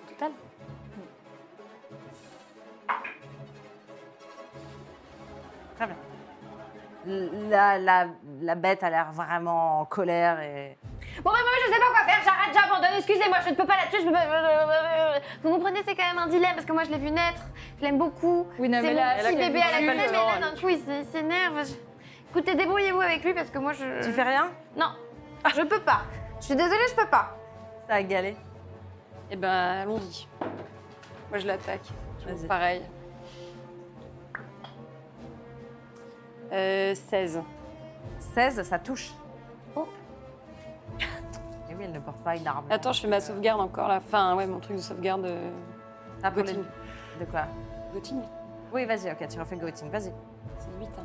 Total. La, la- la bête a l'air vraiment en colère et. Bon, bah, moi, je sais pas quoi faire, j'arrête, j'abandonne, excusez-moi, je ne peux pas euh, la tuer, je peux pas- Vous comprenez, c'est quand même un dilemme, parce que moi, je l'ai vu naître, je l'aime beaucoup. Oui, non, mais c'est mon là- petit là, quand bébé même, à la tu- connaît, mais non, là, d'un coup, il s- il s'énerve. Je- Écoutez, débrouillez-vous avec lui, parce que moi, je... Tu fais rien Non, je peux pas. Je suis désolée, je peux pas. Ça a galé. Eh ben, allons-y. Moi, je l'attaque. Vas-y. Pareil. Euh, 16. 16, ça touche. Et oui, elle ne porte pas une arme. Attends, je fais ma sauvegarde encore, là. Enfin, ouais, mon truc de sauvegarde... euh, Ah, pour les- Gauthier. De quoi Gauthier. Oui, vas-y, ok, tu refais Gauthier, vas-y. C'est 8, hein.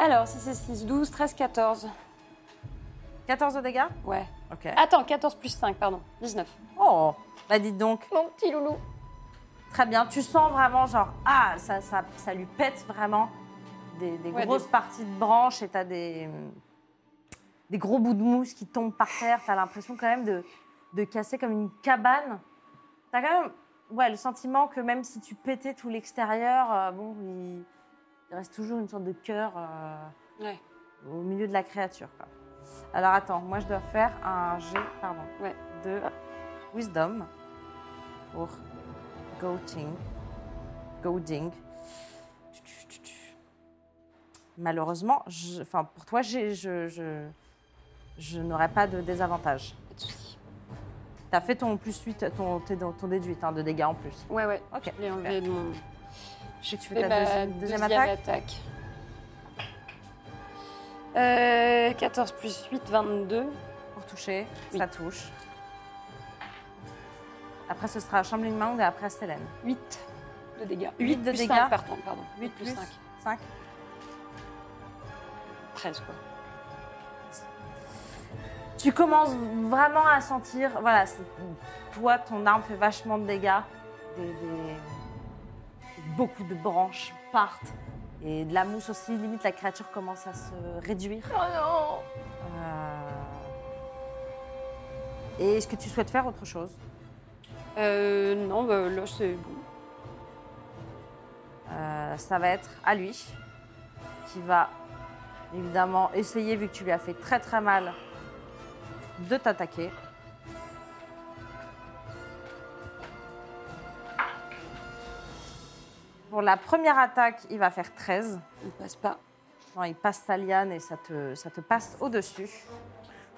Alors, 6 c'est 6, 12, 13, 14. 14 de dégâts Ouais. Ok. Attends, 14 plus 5, pardon. 19. Oh Bah, dites donc. Mon petit loulou. Très bien, tu sens vraiment genre, ah, ça, ça, ça lui pète vraiment des, des Ouais, grosses des- parties de branches et t'as des, des gros bouts de mousse qui tombent par terre. T'as l'impression quand même de, de casser comme une cabane. T'as quand même ouais, le sentiment que même si tu pétais tout l'extérieur, euh, bon, il, il reste toujours une sorte de cœur euh, Ouais. au milieu de la créature. quoi. Alors attends, moi je dois faire un jet pardon, Ouais. de Wisdom pour Goating. Goading. Malheureusement, je- enfin pour toi, j'ai- je, je, je n'aurai pas de désavantage. Pas de soucis. T'as fait ton plus 8, ton, t'es dans- ton déduit hein, de dégâts en plus. Ouais, ouais. Eh Ok. Je l'ai enlevé de mon... Je tu fais Et ta bah, deuxième, eh ben, deuxième attaque. Euh, 14 plus 8, 22. pour toucher. Oui. Ça touche. Après, ce sera Chamberlain Mound et après Sélène. 8 de dégâts. 8 de plus dégâts. 5, pardon, pardon. 8 plus plus 5. 5. 13, quoi. Tu commences vraiment à sentir, voilà, c'est- toi, ton arme fait vachement de dégâts. Des, des- Beaucoup de branches partent. Et de la mousse aussi, limite la créature commence à se réduire. Oh non Euh, Et est-ce que tu souhaites faire autre chose Euh, non, bah, là, c'est bon. Euh, ça va être à lui qui va évidemment essayer, vu que tu lui as fait très très mal, de t'attaquer. Pour la première attaque, il va faire 13. Il passe pas. Non, il passe sa liane et ça te, ça te passe au-dessus.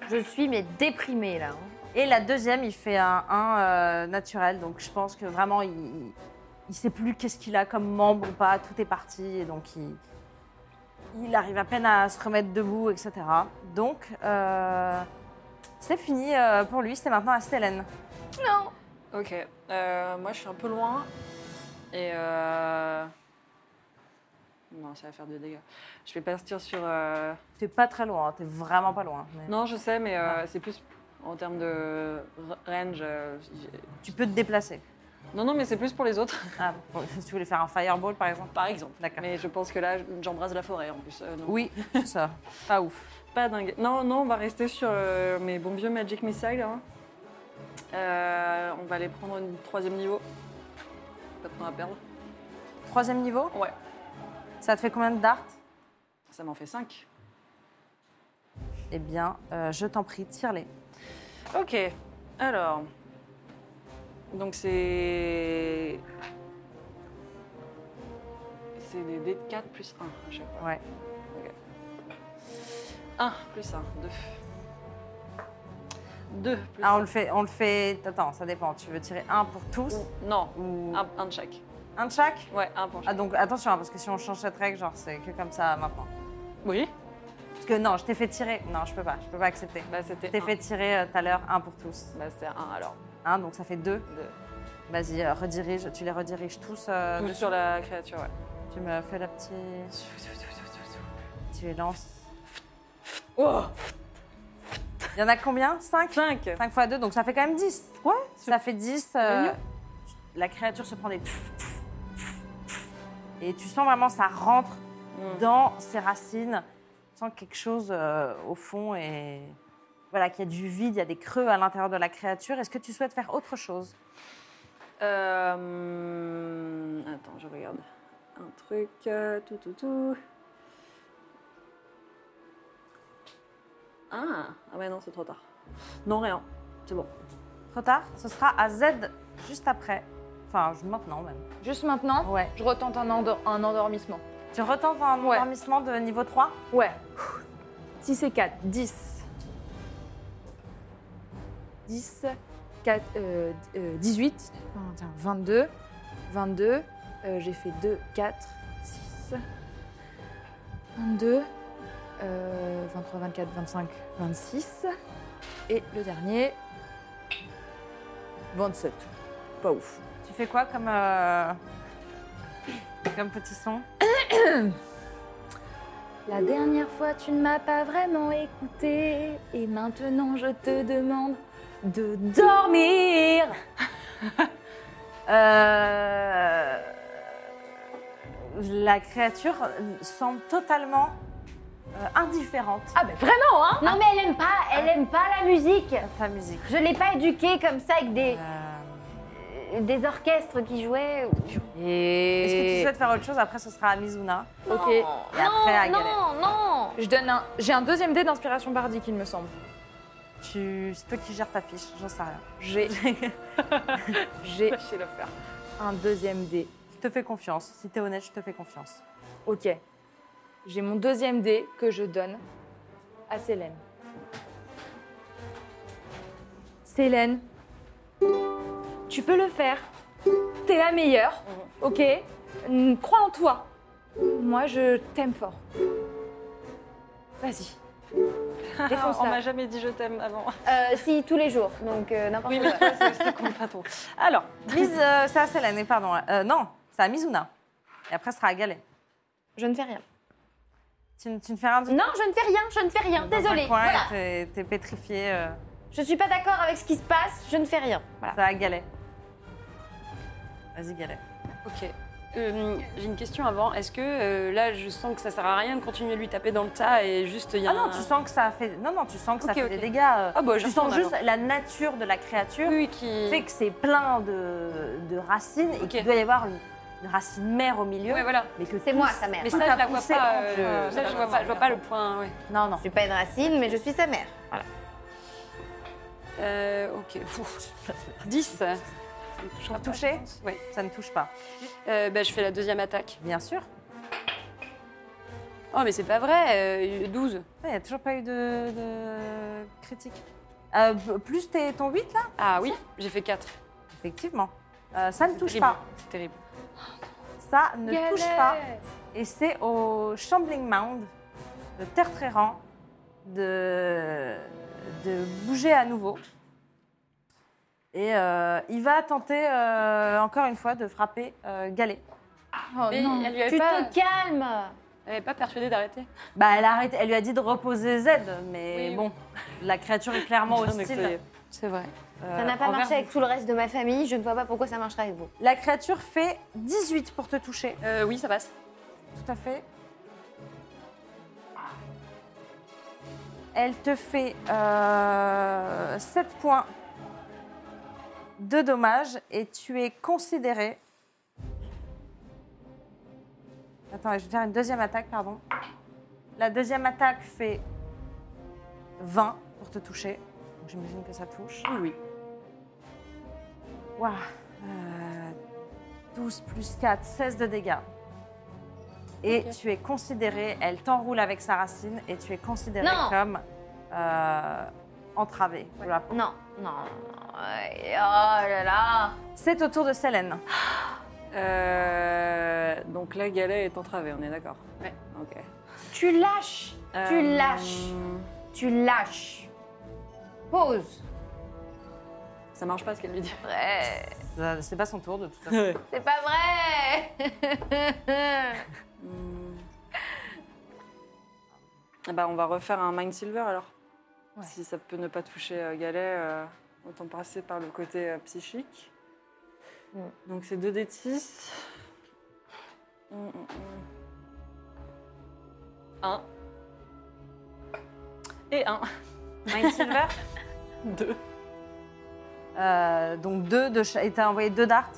Je suis, mais déprimée, là. hein. Et la deuxième, il fait un 1 naturel. Donc je pense que vraiment, il ne sait plus qu'est-ce qu'il a comme membre ou pas. Tout est parti. Et donc, il, il arrive à peine à se remettre debout, etc. Donc, euh, c'est fini euh, pour lui. C'est maintenant à Célène. Ok. Euh, moi, je suis un peu loin. Et. euh, Non, ça va faire des dégâts. Je vais partir sur. euh, T'es pas très loin. hein, T'es vraiment pas loin. mais Non, je sais, mais euh, c'est plus en termes de r- range. euh, j'ai- Tu peux te déplacer. Non, non, mais c'est plus pour les autres, Ah, bon, si tu voulais faire un fireball, par exemple. par exemple. D'accord. Mais je pense que là, j'embrasse la forêt en plus. euh, non. Oui, c'est ça. Pas ouf. Pas dingue. Non, non, on va rester sur euh, mes bons vieux Magic Missile. hein. Euh, on va les prendre au troisième niveau. Pas de temps à perdre. Troisième niveau Ouais. Ça te fait combien de darts Ça m'en fait 5. Eh bien, euh, je t'en prie, tire-les. Ok, alors. Donc c'est. C'est des dés de 4 plus 1 à chaque fois. Ouais. 1 plus 1, 2. 2 plus Ah, on le fait, on le fait. Attends, ça dépend. Tu veux tirer un pour tous Non, ou un, un de chaque. un de chaque Ouais, un pour Ah chaque. donc attention hein, parce que si on change cette règle, genre c'est que comme ça maintenant. oui Parce que non, je t'ai fait tirer. Non, je peux pas, je peux pas accepter. Bah Je c'était. t'ai un. fait tirer euh, tout à l'heure un pour tous. Bah c'est 1 alors. Un, donc ça fait deux. Deux. Vas-y, euh, redirige. Tu les rediriges tous. euh, Tout dessus. sur la créature, ouais. Tu me fais la petite. Tu les lances. Oh Il y en a combien Cinq. 5 5 fois 2, donc ça fait quand même 10. Ouais. Ça fait 10. euh, la créature se prend des... Et tu sens vraiment ça rentre dans ses racines. Tu sens quelque chose euh, au fond et... Voilà, qu'il y a du vide, il y a des creux à l'intérieur de la créature. Est-ce que tu souhaites faire autre chose Euh, Attends, je regarde un truc. euh, Tout, tout, tout. Ah, ah ouais, non, c'est trop tard. Non, rien. C'est bon. Trop tard, ce sera à Z juste après. Enfin, je- maintenant même. Juste maintenant, Ouais. je retente un, endor- un endormissement. Tu retentes un Ouais. endormissement de niveau 3 Ouais. 6 et 4, 10. 10, 4, euh, euh, 18, non, attends, 22, 22, euh, j'ai fait 2, 4, 6, 22, euh, 23, 24, 25, 26, et le dernier, 27. Pas ouf. Tu fais quoi comme, euh, comme petit son La dernière fois, tu ne m'as pas vraiment écouté. Et maintenant, je te demande de dormir. Euh, La créature semble totalement euh, indifférente Ah, ben vraiment, hein Non mais elle aime pas, elle aime pas la musique. à ta musique. Je l'ai pas éduquée comme ça avec Euh, des, euh, des orchestres qui jouaient. Et... Est-ce que tu souhaites faire autre chose Après, ce sera à Mizuna. Ok. Et après, à Galère. non, non. Je donne un... J'ai un deuxième dé d'inspiration bardique, il me semble. Tu... C'est toi qui gères ta fiche, j'en sais rien. J'ai... J'ai un deuxième dé. Je te fais confiance. Si t'es honnête, je te fais confiance. Ok. J'ai mon deuxième dé que je donne à Célène. Célène, tu peux le faire. T'es la meilleure, Mhm. ok Mm, Crois en toi. Moi, je t'aime fort. Vas-y. Défonce on m'a jamais dit je t'aime avant. Euh, si tous les jours, donc euh, n'importe quoi. Alors, Miz, euh, c'est à Selene, pardon. Euh, non, c'est à Mizuna. Et après, ce sera à Galère. Je ne fais rien. Tu, ne- tu ne fais rien du Non, je ne fais rien, je ne fais rien. Dans un Désolée. coin, Voilà. T'es t'es pétrifié. euh, Je suis pas d'accord avec ce qui se passe. Je ne fais rien. Voilà. C'est à Galère. Vas-y, Galère. Ok. Euh, J'ai une question avant. Est-ce que euh, là, je sens que ça sert à rien de continuer à lui taper dans le tas et juste il y a Ah non, un- tu sens que ça fait. Non, non, tu sens que ça Euh. Ok, fait ok. des dégâts. euh, Ah bah, je tu sens sens juste la nature de la créature. Oui, qui. fait que c'est plein de, de racines et Ok. qu'il doit y avoir une, une racine mère au milieu. Ouais, voilà. Mais que C'est moi sa mère. Mais ça, Tout je a la vois poussé pas. en euh, jeu. ça, je vois pas. Je vois pas le point. ouais. Non, non. Je suis pas une racine, mais je suis sa mère. Euh, ok. Pouf. 10. Ça me touchera pas, Touché je pense. Ouais. Ça ne touche pas. Euh, bah, je fais la deuxième attaque. Bien sûr. Oh, mais c'est pas vrai. euh, 12. Il n'y a toujours pas eu de, de critique. Euh, b- plus t'es ton 8 là Ah oui, j'ai fait 4. Effectivement. Euh, ça ne touche terrible. pas. C'est terrible. Ça ne touche pas. Et c'est au Shambling Mound, le terre trérant, de, de bouger à nouveau. Et euh, il va tenter euh, encore une fois de frapper euh, Galet. Oh mais elle lui avait Tu pas, te calmes. elle avait pas persuadé d'arrêter. Bah, elle, a arrêté- elle lui a dit de reposer Z, mais Oui, bon, la créature est clairement hostile. C'est vrai. euh, Ça n'a pas envers marché vous. avec tout le reste de ma famille. Je ne vois pas pourquoi ça marcherait avec vous. La créature fait 18 pour te toucher. Euh, oui, ça passe. Tout à fait. Elle te fait 7 points de dommages et tu es considéré. Attends, je vais faire une deuxième attaque, pardon. La deuxième attaque fait 20 pour te toucher. Donc, J'imagine que ça touche. Oui, oui. Waouh. Euh, 12 plus 4, 16 de dégâts. Et Ok. tu es considéré, elle t'enroule avec sa racine et tu es considéré Non. comme euh, entravé. de la peau. Non, non. Ouais, Oh là là. C'est au tour de Selene. Euh, donc la galette est entravée, on est d'accord Ouais. Ok. Tu lâches. Tu Euh, lâches. Tu lâches. Pause. Ça marche pas ce qu'elle lui dit. Ouais. Ça- Euh, C'est pas son tour de toute façon. C'est pas vrai. Hmm. Ah Bah, on va refaire un Mind Silver alors. Si ça peut ne pas toucher euh, Galet, euh, autant passer par le côté euh, psychique. Ouais. Donc c'est 2 d 6. Hum, 1. Et 1. Mindsilver 2. euh, Donc deux de cha- Et t'as envoyé deux darts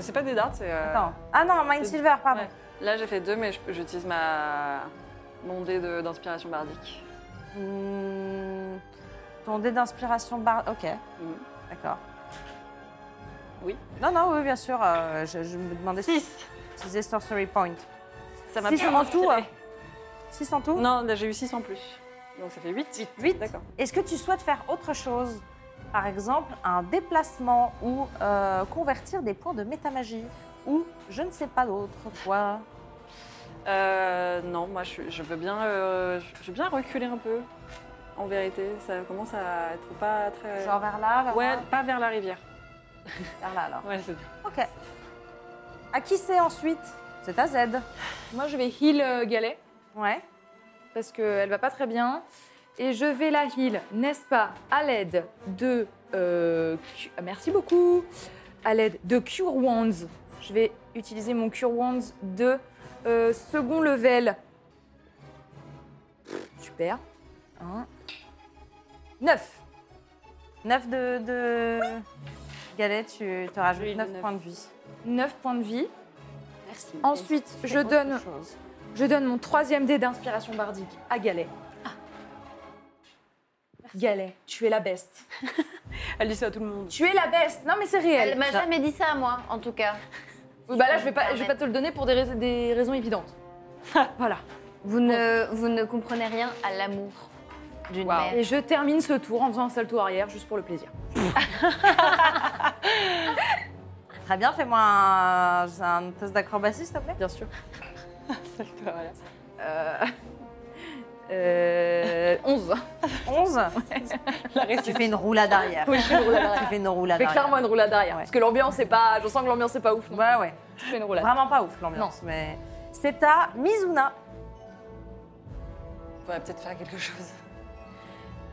C'est pas des darts, c'est. euh, Attends. Ah non, Mindsilver, pardon. Ouais. Là j'ai fait 2, mais je- j'utilise ma. mon dé de- d'inspiration bardique. Hmm, Ton dé d'inspiration bar... Ok, d'accord. Hmm. Oui. Non, non, oui, bien sûr. euh, je, je me demandais si c'était Sorcery Point. Ça m'a Six bien en tout, inspiré. hein. 6 en tout Non, là, j'ai eu 6 en plus. Donc ça fait 8. 8. D'accord. Est-ce que tu souhaites faire autre chose Par exemple, un déplacement ou euh, convertir des points de métamagie ou je ne sais pas d'autre quoi. Euh, non, moi je, je veux bien, euh, je je veux bien reculer un peu. En vérité, ça commence à être pas très. Genre vers là, vers Euh, ouais, là, pas vers la rivière. vers là alors. Ouais, c'est bien. Ok. À qui c'est ensuite C'est à Z. Moi, je vais heal euh, Galet Ouais. parce qu'elle va pas très bien. Et je vais la heal, n'est-ce pas, à l'aide de. euh, cu- ah, merci beaucoup À l'aide de Cure Wands. Je vais utiliser mon Cure Wands de euh, second level. Super. 9. 9 de, de... Galet, tu te rajoutes Oui, 9 neuf. points de vie. 9 points de vie. Merci. Ensuite, je Autre donne, chose. je donne mon troisième dé d'inspiration bardique à Galet. Galet, tu es la best. Elle dit ça à tout le monde. Tu es la best. Non mais c'est réel. Elle m'a jamais dit ça à moi, en tout cas. Oui, bah là, je vais pas, je vais pas te le donner pour des, rais- des raisons évidentes. voilà. Vous ne, vous ne comprenez rien à l'amour d'une mère. Et je termine ce tour en faisant un salto arrière, juste pour le plaisir. Très bien, fais-moi un, un test d'acrobatie, s'il te plaît. Bien sûr. Voilà. Euh, 11. 11 La Tu réussite. fais une roulade arrière. Oui, je fais une roulade arrière. Tu fais une roulade Mais arrière. clairement une roulade arrière. Parce que l'ambiance c'est pas. Je sens que l'ambiance c'est pas ouf. non. Ouais, ouais. Je fais une roulade. Vraiment pas ouf l'ambiance, mais c'est à Mizuna. On pourrait peut-être faire quelque chose.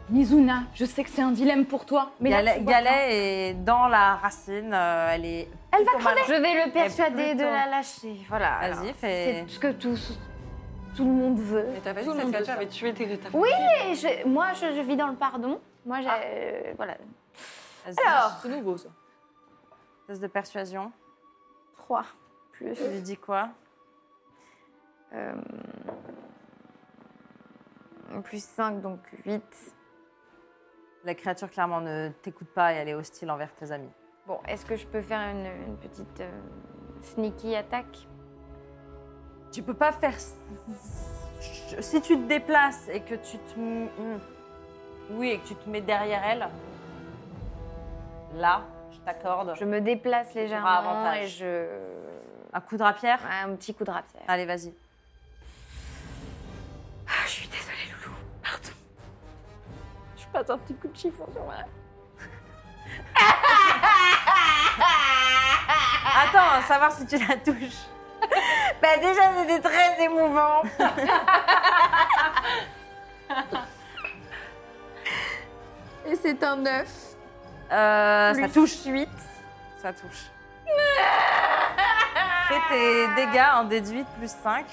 Mizuna, je sais que c'est un dilemme pour toi. Mais là, Galet, tu vois Galet est dans la racine, euh, elle est. Elle va Je vais le persuader plutôt- de la lâcher. Voilà. alors, Vas-y, fais. C'est ce que tout, tout le monde veut. Mais t'as pas dit Tout que le cette monde créature veut avait tué tes ta Oui, ça. Et je- moi, je, je vis dans le pardon. Moi, j'ai. euh, voilà. Vas-y. pas. C'est nouveau ça. Test de persuasion. 3 plus. Tu lui dis quoi euh, plus 5, donc 8. La créature clairement ne t'écoute pas et elle est hostile envers tes amis. Bon, est-ce que je peux faire une, une petite euh, sneaky attaque Tu peux pas faire. Si tu te déplaces et que tu te. m- hmm. Oui, et que tu te mets derrière elle, là, je t'accorde Je me déplace légèrement avantage. et je. un coup de rapière. Ouais, un petit coup de rapière. Allez, vas-y. Je suis désolée, loulou. Pardon. Je passe un petit coup de chiffon sur moi. Attends, à savoir si tu la touches. bah déjà, c'était très émouvant. Et c'est un 9. Euh, ça touche. 8. Ça touche. Fais tes dégâts en déduite plus 5,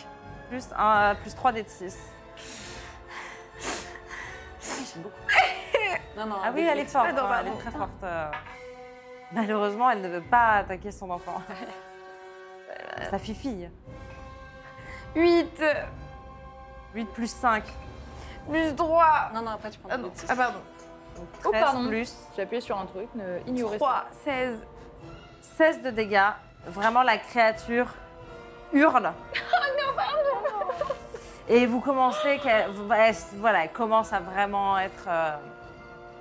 plus, un, euh, plus 3 dés de 6. Non, non. Ah oui, elle est forte, hein, elle est très forte. euh. Malheureusement, elle ne veut pas attaquer son enfant. Sa fille-fille. 8 8 plus 5, plus 3. Non, non, après tu prends Ah, le non. petit. ah pardon. donc 13 Oh, pardon. plus J'ai appuyé sur un truc, ne ignorez ça. 3, 16. 16 de dégâts. Vraiment, la créature hurle. Oh non, Et vous commencez, qu'elle- vous- bah, elle, voilà, elle commence à vraiment être euh,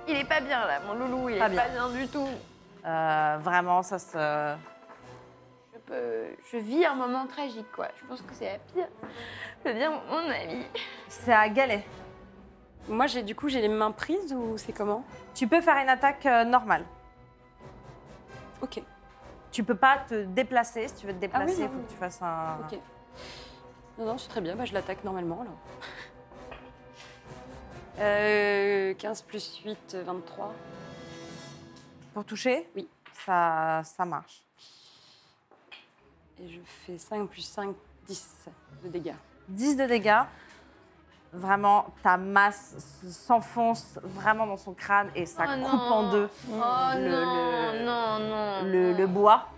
Il est pas bien là, mon loulou, il est Pas pas bien. bien, Ah, du tout. euh, vraiment, ça se. Je, peux- je vis un moment tragique, quoi. Je pense que c'est la pire. C'est bien mon ami. C'est à galet. Moi, j'ai du coup, j'ai les mains prises ou c'est comment Tu peux faire une attaque euh, normale. Ok. Tu peux pas te déplacer. Si tu veux te Ah oui, déplacer, il non, faut oui. que tu fasses un. Ok. Non, non, c'est très bien. Bah, je l'attaque normalement, là. Euh, 15 plus 8, euh, 23. Pour toucher Oui. Ça, ça marche. Et je fais 5 plus 5, 10 de dégâts. 10 de dégâts. Vraiment, ta masse s- s'enfonce vraiment dans son crâne et ça Oh coupe en non. deux Oh Le- non, le- non, non. le, non. le bois.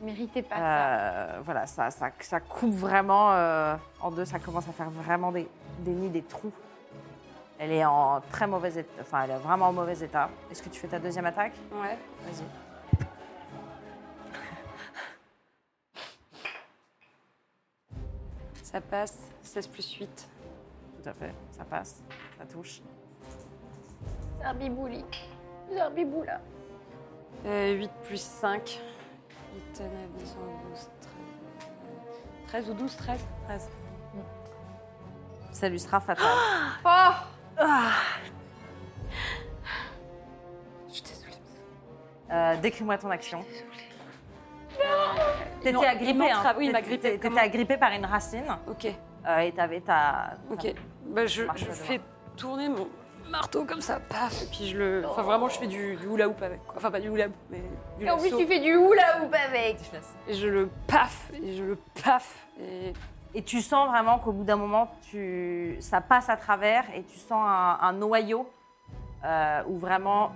Méritez pas ça. Euh, voilà, ça, ça, ça coupe vraiment euh, en deux. Ça commence à faire vraiment des, des nids, des trous. Elle est en très mauvais état. Enfin, elle est vraiment en mauvais état. Est-ce que tu fais ta deuxième attaque Ouais. Vas-y. Ça passe. 16 plus 8. Tout à fait. Ça passe. Ça touche. Zarbibouli. Zarbiboula. 8 Euh, plus 5. 8, 9, 10, 11, 12, 13. 13 ou 12, 13 13. Ça lui sera fatal. Oh Euh, Décris-moi ton action. Non, T'étais il agrippée. m'entra- hein. oui, il m'a T'étais- grippée. T'étais Comment agrippée par une racine Ok, euh, et t'avais ta. ok. Bah, je Marche je pas devant. fais tourner mon marteau comme ça, paf, et puis je le. Enfin, vraiment, je fais du, du hula hoop avec. quoi. Enfin, pas du hula hoop, mais du Et en plus, lasso. Ah tu fais du hula hoop avec. Et je le paf, et je le paf. Et Et tu sens vraiment qu'au bout d'un moment, tu... ça passe à travers et tu sens un, un noyau euh, où vraiment,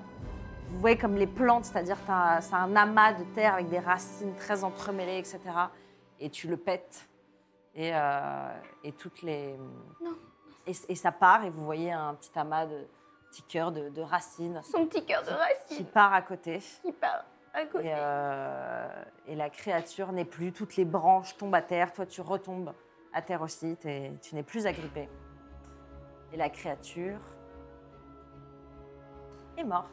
vous voyez comme les plantes, c'est-à-dire t'as- c'est un amas de terre avec des racines très entremêlées, etc. Et tu le pètes. Et, euh, et toutes les. Non. Et, et ça part et vous voyez un petit amas de petits cœurs de, de racines Son petit cœur de qui racine part à côté. qui part à Et, côté. euh, et la créature n'est plus, toutes les branches tombent à terre, toi tu retombes à terre aussi, t'es- tu n'es plus agrippé. Et la créature est morte.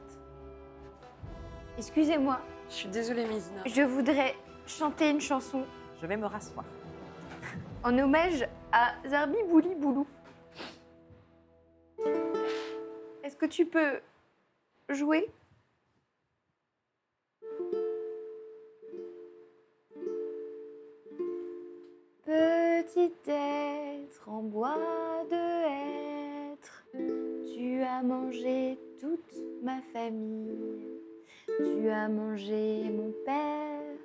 Excusez-moi, je suis désolée, Mizna. je voudrais chanter une chanson Je vais me rasseoir. en hommage à Zarbi Bouli Boulou. Est-ce que tu peux jouer Petit être en bois de hêtre, tu as mangé toute ma famille. Tu as mangé mon père,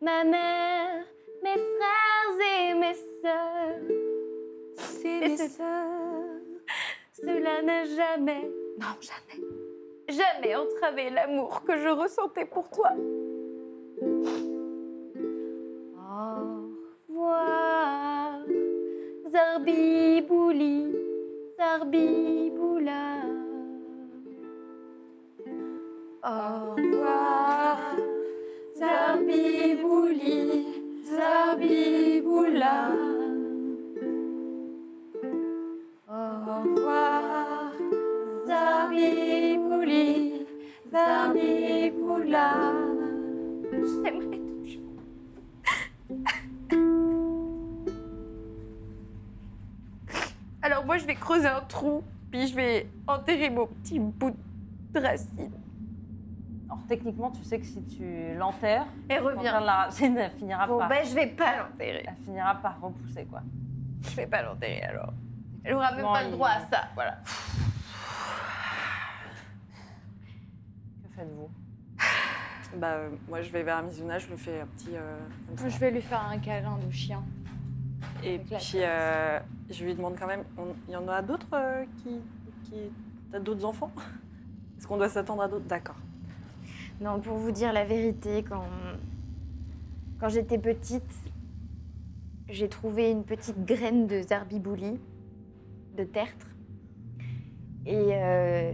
ma mère, mes frères et mes sœurs. C'est mes sœurs. Cela n'a jamais, non jamais, jamais entravé l'amour que je ressentais pour toi. Au revoir, Zarbibouli, Zarbiboula. Au revoir, Zarbibouli, Zarbiboula. Au revoir, Zarbibouli, Zarbiboula. Je t'aimerai toujours. Alors moi, je vais creuser un trou, puis je vais enterrer mon petit bout de racine. Alors techniquement, tu sais que si tu l'enterres, Et quand reviens. elle la racine, elle finira, Bon, par, bah, je vais pas l'enterrer. elle finira par repousser. quoi. Je vais pas l'enterrer alors. Elle aura même Bon, pas le il- droit à ça, voilà. Que faites-vous Bah, euh, moi, je vais vers Mizuna, je lui fais un petit. euh, comme ça. Je vais lui faire un câlin de chien. Et avec la puis, euh, je lui demande quand même on- il y en a d'autres euh, qui. qui... T'as d'autres enfants Est-ce qu'on doit s'attendre à d'autres D'accord. Non, pour vous dire la vérité, quand, quand j'étais petite, j'ai trouvé une petite graine de zarbibouli, de tertre. Et euh,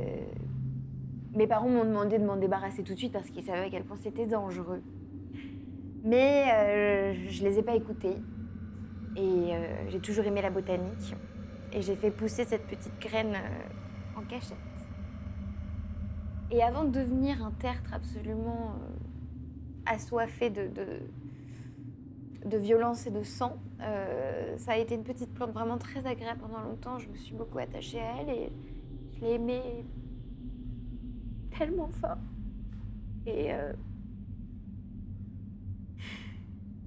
mes parents m'ont demandé de m'en débarrasser tout de suite parce qu'ils savaient à quel point c'était dangereux. Mais euh, je les ai pas écoutés. Et euh, j'ai toujours aimé la botanique. Et j'ai fait pousser cette petite graine euh, en cachette. Et avant de devenir un tertre absolument euh, assoiffé de, de, de violence et de sang, euh, ça a été une petite plante vraiment très agréable pendant longtemps. Je me suis beaucoup attachée à elle et je l'ai aimée tellement fort. Et, euh,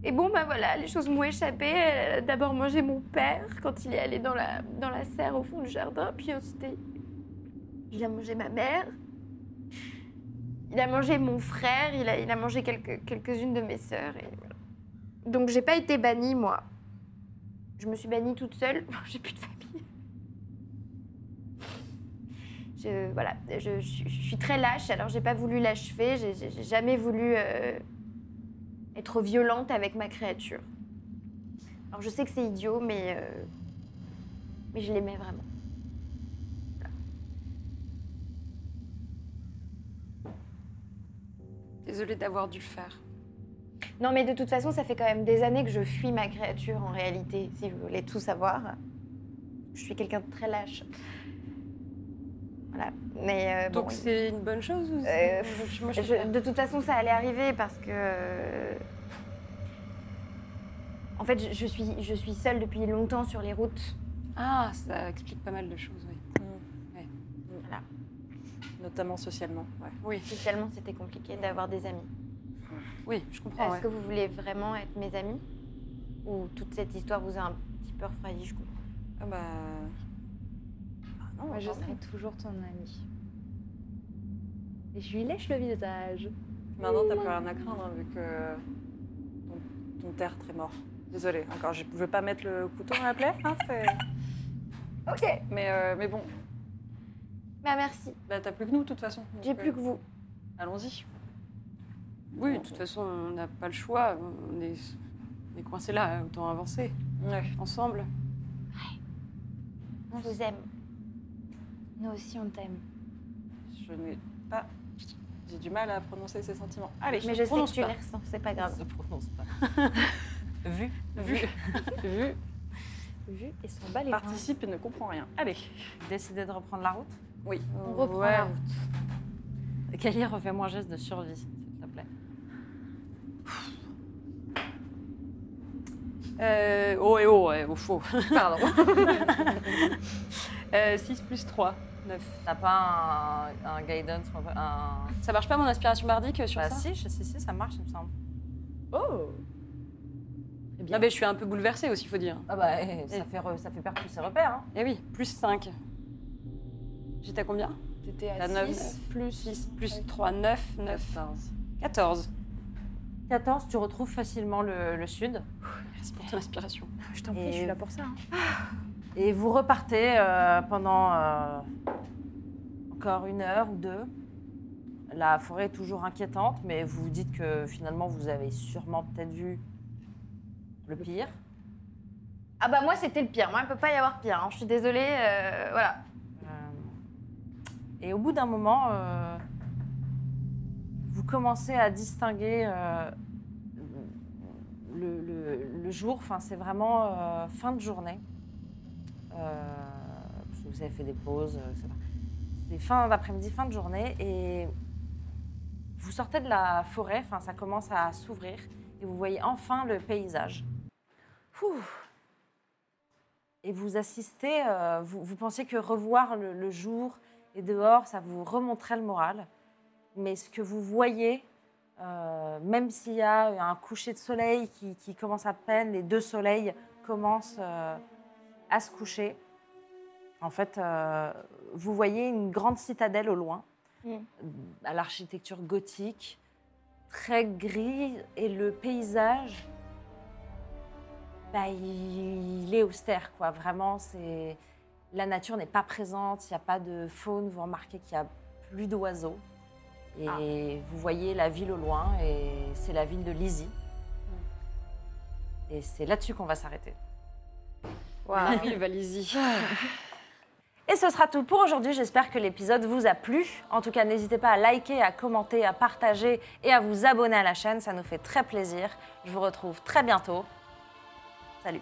et bon, bah voilà, les choses m'ont échappé. Elle a d'abord mangé mon père quand il est allé dans la, dans la serre au fond du jardin, puis ensuite il a mangé ma mère. Il a mangé mon frère, il a, il a mangé quelques- quelques-unes de mes sœurs. Et voilà. Donc j'ai pas été bannie, moi. Je me suis bannie toute seule, j'ai plus de famille. Je, voilà, je, je suis- je suis très lâche, alors j'ai pas voulu l'achever, j'ai- j'ai j'ai jamais voulu euh, être violente avec ma créature. Alors je sais que c'est idiot, mais, euh, mais je l'aimais vraiment. Désolée d'avoir dû le faire. Non, mais de toute façon, ça fait quand même des années que je fuis ma créature en réalité, si vous voulez tout savoir. Je suis quelqu'un de très lâche. Voilà. Mais euh, Donc bon, c'est une bonne chose ou Euh, c'est- pff, Moi, je je- préfère. de toute façon, ça allait arriver parce que. euh, En fait, je, je suis, je suis seule depuis longtemps sur les routes. Ah, ça explique pas mal de choses, oui. Notamment socialement, ouais. Oui, Socialement, c'était compliqué d'avoir des amis. oui je Est-ce comprends. ouais. que vous voulez vraiment être mes amis Ou toute cette histoire vous a un petit peu refroidi, je comprends. Ah bah... Ah non, Moi, je attendez. serai toujours ton amie. Et je lui lèche le visage. Maintenant, t'as plus rien à craindre hein, vu que ton, ton terre est mort. Désolée, encore, je je veux pas mettre le couteau dans la plaie, hein, c'est... Ok, mais, euh, mais bon, Bah, merci. bah, t'as plus que nous de toute façon. donc, J'ai plus euh, que vous. Allons-y. Oui, de toute façon, on n'a pas le choix. On est, on est coincé là, autant avancer Ouais. ensemble. On vous aime. Nous aussi, on t'aime. Je n'ai pas... J'ai du mal à prononcer ces sentiments. Allez, Mais je sais que prononce tu pas. les ressens, c'est pas Ça grave. se prononce pas. Vu. vu, vu, Vu et s'en bat les reins. participe et ne comprend rien. Allez. Décidé de reprendre la route. Oui. On reprend la route. Kelly, refais-moi un geste de survie, s'il te plaît. Euh, oh et oh, ouais, au faux. Pardon. Euh, 6 plus 3, 9. T'as pas un, un guidance ou un... Ça marche pas mon aspiration bardique euh, sur Bah ça si, je- si, si, ça marche, il me semble. Oh Ah ben, je suis un peu bouleversée aussi, faut dire. Ah bah, eh, ça, fait re- ça fait perdre tous ses repères. Hein. Eh oui, plus 5. J'étais à combien T'étais La à neuf. 6 plus 6. 6 plus 3, 9, 9. 14. 14, tu retrouves facilement le, le sud. Merci pour ton inspiration. Ah, Je t'en prie, je suis là pour ça. hein. Et vous repartez euh, pendant euh, encore une heure ou deux. La forêt est toujours inquiétante, mais vous vous dites que finalement vous avez sûrement peut-être vu le pire. Ah bah moi c'était le pire, moi il peut pas y avoir pire, hein. je suis désolée, euh, voilà. Euh, et au bout d'un moment, euh, vous commencez à distinguer euh, le, le- le jour. Enfin, c'est vraiment euh, fin de journée. Euh, parce que vous avez fait des pauses, euh, etc. C'est fin d'après-midi, fin de journée, et vous sortez de la forêt. Enfin, ça commence à s'ouvrir et vous voyez enfin le paysage. Ouh. Et vous assistez, euh, vous, vous pensiez que revoir le, le jour et dehors, ça vous remonterait le moral. Mais ce que vous voyez, euh, même s'il y a un coucher de soleil qui, qui commence à peine, les deux soleils commencent euh, à se coucher. En fait, euh, vous voyez une grande citadelle au loin, Mm. à l'architecture gothique, très grise, et le paysage bah, il, il est austère, quoi. Vraiment, c'est la nature n'est pas présente, il n'y a pas de faune. Vous remarquez qu'il n'y a plus d'oiseaux. Et vous voyez la ville au loin, et c'est la ville de Lizy. Et c'est là-dessus qu'on va s'arrêter. Waouh, oui, Valésie. Et ce sera tout pour aujourd'hui. J'espère que l'épisode vous a plu. En tout cas, n'hésitez pas à liker, à commenter, à partager et à vous abonner à la chaîne. Ça nous fait très plaisir. Je vous retrouve très bientôt. Salut.